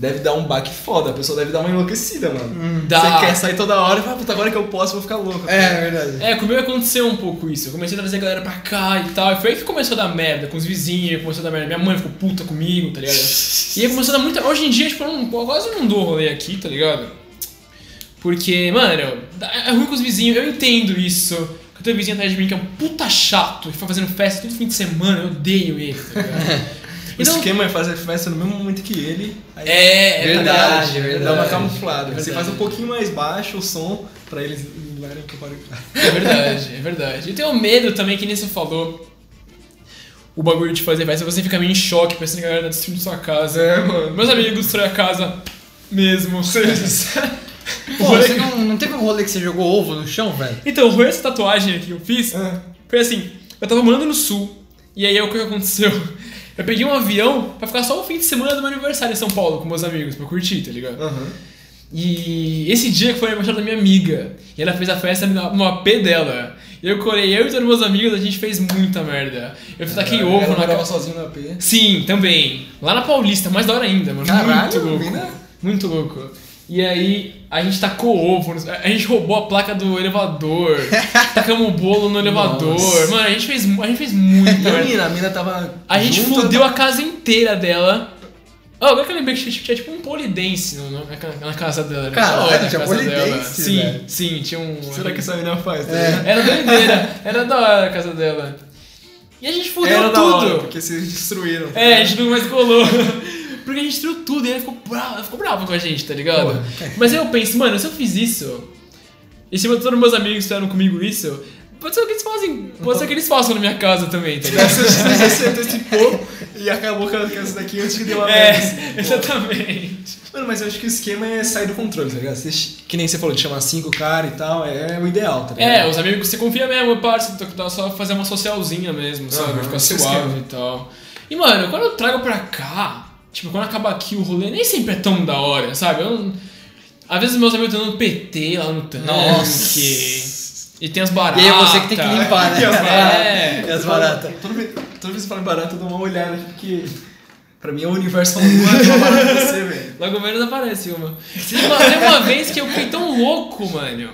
Speaker 2: Deve dar um baque foda, a pessoa deve dar uma enlouquecida, mano.
Speaker 6: dá.
Speaker 2: Você quer sair toda hora e fala, puta, agora que eu posso, eu vou ficar louco.
Speaker 13: É, é verdade.
Speaker 6: É, comigo aconteceu um pouco isso. Eu comecei a trazer a galera pra cá e tal. E foi aí que começou a dar merda com os vizinhos, começou a dar merda. Minha mãe ficou puta comigo, tá ligado? E aí começou a dar muita. Hoje em dia, tipo, eu, não, eu quase não dou rolê aqui, tá ligado? Porque, mano, dá- é ruim com os vizinhos, eu entendo isso. Que eu tenho vizinho atrás de mim que é um puta chato, que fica fazendo festa todo fim de semana, eu odeio ele, tá ligado? Então,
Speaker 2: O esquema é fazer festa no mesmo momento que ele. aí-
Speaker 6: É, é
Speaker 2: Verdade, verdade. Dá uma
Speaker 6: verdade.
Speaker 2: camuflada.
Speaker 6: É
Speaker 2: Você
Speaker 6: verdade.
Speaker 2: faz um pouquinho mais baixo o som pra eles lembrarem que eu parei.
Speaker 6: É verdade, é verdade. Eu tenho medo também, que nem você falou, o bagulho de fazer festa, você fica meio em choque, pensando que a galera tá destruindo sua casa. É, mano. Meus amigos destroem a casa mesmo.
Speaker 8: Pô, você não, não teve um rolê que você jogou ovo no chão, velho?
Speaker 6: então, foi essa tatuagem que eu fiz, foi assim, eu tava morando no sul, e aí é o que aconteceu? Eu peguei um avião pra ficar só o fim de semana do meu aniversário em São Paulo com meus amigos, pra curtir, tá ligado? E esse dia que foi o aniversário da minha amiga. E ela fez a festa no no AP dela. E eu colei eu e todos meus amigos, a gente fez muita merda. Eu taquei ovo
Speaker 2: Ela
Speaker 6: na
Speaker 2: morava
Speaker 6: casa.
Speaker 2: sozinho na P.
Speaker 6: Sim, também. Lá na Paulista, mais da hora ainda, mano.
Speaker 2: Caralho,
Speaker 6: muito louco.
Speaker 2: mina.
Speaker 6: Muito louco. E aí, a gente tacou ovo, nos- a gente roubou a placa do elevador, tacamos o bolo no elevador. Mano, a gente fez, mu- a gente fez muito,
Speaker 2: E a
Speaker 6: merda.
Speaker 2: mina, a mina tava.
Speaker 6: A gente
Speaker 2: junto,
Speaker 6: fudeu
Speaker 2: ela
Speaker 6: a casa inteira dela. Oh, agora que eu lembrei que tinha, tinha tipo um polidense no- no- na, ca- na casa dela.
Speaker 8: Caralho,
Speaker 6: Era da hora a
Speaker 8: tinha
Speaker 6: casa dela.
Speaker 8: polidense,
Speaker 6: Sim,
Speaker 8: velho.
Speaker 6: sim, tinha um.
Speaker 2: tava- Será que essa mina faz? tá ligado?
Speaker 6: Era doideira, era da hora a casa dela. E a gente fudeu
Speaker 2: Era da
Speaker 6: tudo.
Speaker 2: hora, porque se destruíram.
Speaker 6: É, a gente não mais colou. Porque a gente destruiu tudo e ela ficou brava, ela ficou brava com a gente, tá ligado? Mas aí eu penso, mano, se eu fiz isso, e se todos meus amigos fizeram comigo isso, pode ser que eles fazem, pode ser que eles façam na minha casa também, tá ligado?
Speaker 2: Você antecipou e acabou com essa daqui antes que deu uma merda.
Speaker 6: É, exatamente.
Speaker 2: Mano, mas eu acho que o esquema é sair do controle, tá ligado? Você ch- que nem você falou, de chamar cinco caras e tal, é o ideal, tá
Speaker 8: né?
Speaker 2: ligado?
Speaker 6: É, os amigos que você confia mesmo, parça, tu dá só fazer uma socialzinha mesmo, sabe?
Speaker 2: Aham,
Speaker 6: Ficar
Speaker 2: esse
Speaker 6: suave
Speaker 2: esquema.
Speaker 6: e tal. E, mano, quando eu trago pra cá, tipo, quando acaba aqui o rolê, nem sempre é tão da hora, sabe? Eu não- Às vezes meus amigos estão no PT lá no tanque.
Speaker 8: Nossa.
Speaker 6: E tem as baratas.
Speaker 8: E aí é você que tem que limpar, né?
Speaker 6: É.
Speaker 8: E as baratas.
Speaker 2: Toda vez, toda vez que falam barato, eu dou uma olhada, aqui, porque pra mim é o universo falando, mano, eu barato pra você, velho.
Speaker 6: Logo menos aparece uma. Tem uma, tem uma vez que eu fiquei tão louco, mano,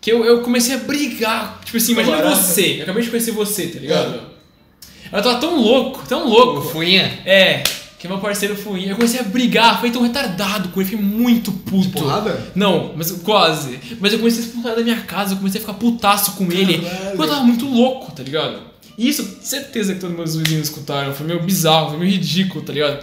Speaker 6: que eu, eu comecei a brigar. Tipo assim, imagina
Speaker 2: Barata.
Speaker 6: você. Eu acabei de conhecer você, tá ligado? Eu tava tão louco, tão louco.
Speaker 8: Fuinha?
Speaker 6: É, que meu parceiro foi. Eu comecei a brigar, foi tão retardado com ele, fiquei muito puto.
Speaker 8: Tipo,
Speaker 2: porrada?
Speaker 6: Não, mas quase. Mas eu comecei a expulsar da minha casa, eu comecei a ficar putaço com ele. Porque eu tava muito louco, tá ligado? E isso, certeza que todos meus vizinhos escutaram. Foi meio bizarro, foi meio ridículo, tá ligado?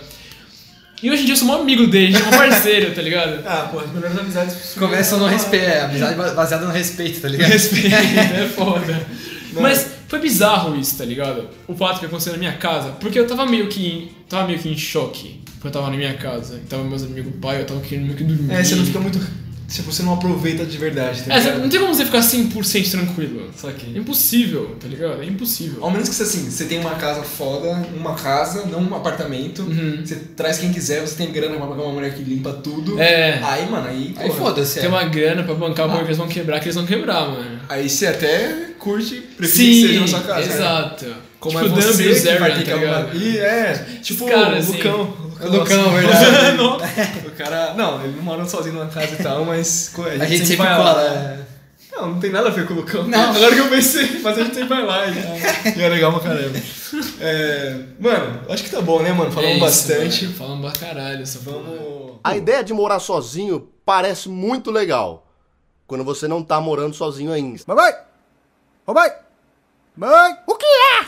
Speaker 6: E hoje em dia eu sou um amigo dele, eu sou um parceiro, tá ligado?
Speaker 2: Ah, pô, as melhores amizades possíveis.
Speaker 8: Começa no respeito, é, amizade baseada no respeito, tá ligado?
Speaker 6: Respeito, é foda. Mas foi bizarro isso, tá ligado? O fato que aconteceu na minha casa, porque eu tava meio que em, tava meio que em choque. Porque eu tava na minha casa, tava meus amigos pai, eu tava querendo meio que dormir.
Speaker 2: É, você não fica muito. Tipo, você não aproveita de verdade, tá
Speaker 6: É, você-
Speaker 2: ligado?
Speaker 6: não tem como você ficar 100% tranquilo.
Speaker 2: Só que.
Speaker 6: É impossível, tá ligado? É impossível.
Speaker 2: Ao menos que você, assim, você tem uma casa foda, uma casa, não um apartamento.
Speaker 6: Uhum.
Speaker 2: Você traz quem quiser, você tem grana pra pagar uma mulher que limpa tudo.
Speaker 6: É.
Speaker 2: Aí, mano, aí.
Speaker 8: Aí
Speaker 2: porra,
Speaker 8: foda-se.
Speaker 6: Tem
Speaker 8: é.
Speaker 6: uma grana pra bancar
Speaker 2: Ah.
Speaker 6: o bagulho que eles vão quebrar, que eles vão quebrar, mano.
Speaker 2: Aí você até curte, prefere
Speaker 6: Sim,
Speaker 2: que seja na sua casa. né?
Speaker 6: exato.
Speaker 2: Como
Speaker 6: tipo,
Speaker 2: é você
Speaker 6: Dumbbells
Speaker 2: que vai
Speaker 6: Area,
Speaker 2: ter que
Speaker 6: tá
Speaker 2: arrumar.
Speaker 6: ligado?
Speaker 2: E é, tipo
Speaker 6: Cara,
Speaker 2: o
Speaker 6: assim,
Speaker 2: Lucão.
Speaker 8: O Lucão, verdade.
Speaker 2: O cara. Não, ele não mora sozinho numa casa e tal, mas. co-
Speaker 8: A gente sempre
Speaker 2: vai
Speaker 8: cola.
Speaker 2: lá.
Speaker 8: é.
Speaker 2: Não, não tem nada a ver com o Lucão. Não. Agora que eu pensei, mas a gente sempre vai lá e, e é legal pra caramba. É, mano, acho que tá bom, né, mano?
Speaker 6: É
Speaker 2: Falamos
Speaker 6: isso,
Speaker 2: bastante.
Speaker 6: mano. Falamos pra caralho. Essa porra.
Speaker 2: Vamos.
Speaker 9: A ideia de morar sozinho parece muito legal quando você não tá morando sozinho ainda.
Speaker 14: Mamãe! Ô mãe! Mãe!
Speaker 15: O que é?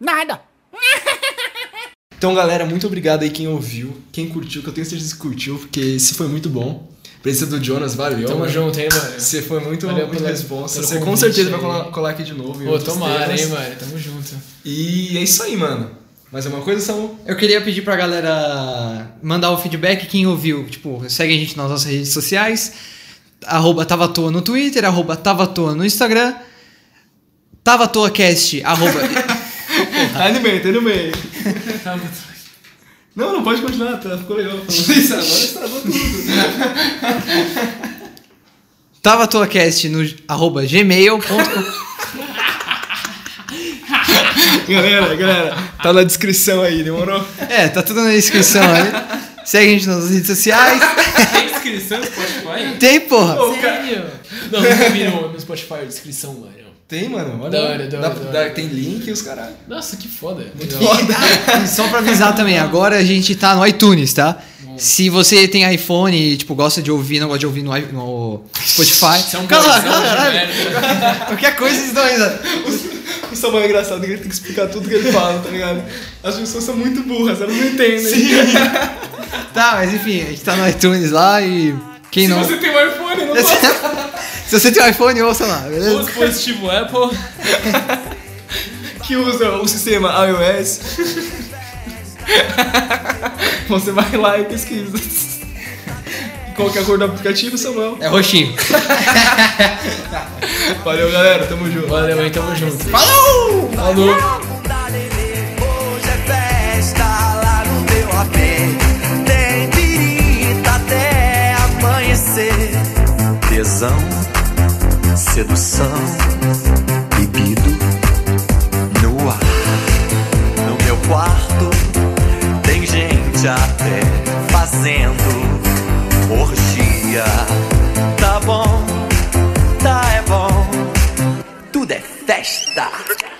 Speaker 15: Nada.
Speaker 2: Então, galera, muito obrigado aí quem ouviu, quem curtiu, que eu tenho certeza que curtiu, porque esse foi muito bom. Presença do Jonas, valeu.
Speaker 6: Tamo
Speaker 2: mano.
Speaker 6: junto, hein, mano.
Speaker 2: Você foi muito,
Speaker 6: Valeu
Speaker 2: muito
Speaker 6: pela-
Speaker 2: responsa.
Speaker 6: pelo
Speaker 2: Você com
Speaker 6: convite
Speaker 2: certeza vai
Speaker 6: aí.
Speaker 2: colar, colar aqui de novo. em
Speaker 6: Pô,
Speaker 2: outros
Speaker 6: tomara,
Speaker 2: temas.
Speaker 6: hein, mano. Tamo junto.
Speaker 2: E é isso aí, mano.
Speaker 16: Mas é uma coisa, Samu?
Speaker 3: Eu queria pedir pra galera mandar o feedback, quem ouviu, tipo, segue a gente nas nossas redes sociais, arroba tava à toa no Twitter, arroba tava à toa no Instagram, tava à toa cast, arroba...
Speaker 2: Tá no meio, tá no meio. Não, não pode continuar, tá? Ficou legal. Isso, agora estragou tudo.
Speaker 3: tava à toa cast no arroba gmail.com
Speaker 2: Galera, galera, tá na descrição aí, demorou?
Speaker 3: É, tá tudo na descrição aí. Segue a gente nas redes sociais.
Speaker 6: Tem inscrição no Spotify?
Speaker 3: Tem, porra.
Speaker 6: Sério? Não, nunca vi no, no Spotify a descrição, mano.
Speaker 16: Tem, mano. Olha.
Speaker 6: Da hora, da
Speaker 16: Dá-
Speaker 6: hora, da
Speaker 16: dá-
Speaker 6: hora.
Speaker 16: Tem link e os caralho.
Speaker 6: Nossa, que foda.
Speaker 3: E só pra avisar também, agora a gente tá no iTunes, tá? Se você tem iPhone e, tipo, gosta de ouvir, não gosta de ouvir no, i- no Spotify.
Speaker 6: Isso é um
Speaker 3: cala,
Speaker 6: boizão de
Speaker 3: cala,
Speaker 6: merda.
Speaker 3: cala. Qualquer coisa eles dão ainda.
Speaker 2: O Samuel é engraçado, que ele tem que explicar tudo que ele fala, tá ligado? As pessoas são muito burras, elas não entendem.
Speaker 3: Tá, mas enfim, a gente tá no iTunes lá e. Quem
Speaker 2: Se
Speaker 3: não.
Speaker 2: você tem um iPhone, não pode.
Speaker 3: Se você tem um iPhone, ouça lá,
Speaker 6: Ou
Speaker 3: beleza?
Speaker 6: dispositivo Apple.
Speaker 2: tipo, é, que usa o sistema iOS, você vai lá e pesquisa. Qual que é a cor do aplicativo, Samuel?
Speaker 3: É roxinho.
Speaker 2: Valeu, galera. Tamo junto.
Speaker 6: Valeu, hein? Tamo junto.
Speaker 2: Falou.
Speaker 11: Hoje é festa lá no meu AP. Tem pirita até amanhecer. Tesão, sedução, libido no ar. No meu quarto tem gente até fazendo orgia. Tá bom, tá é bom. Tudo é festa.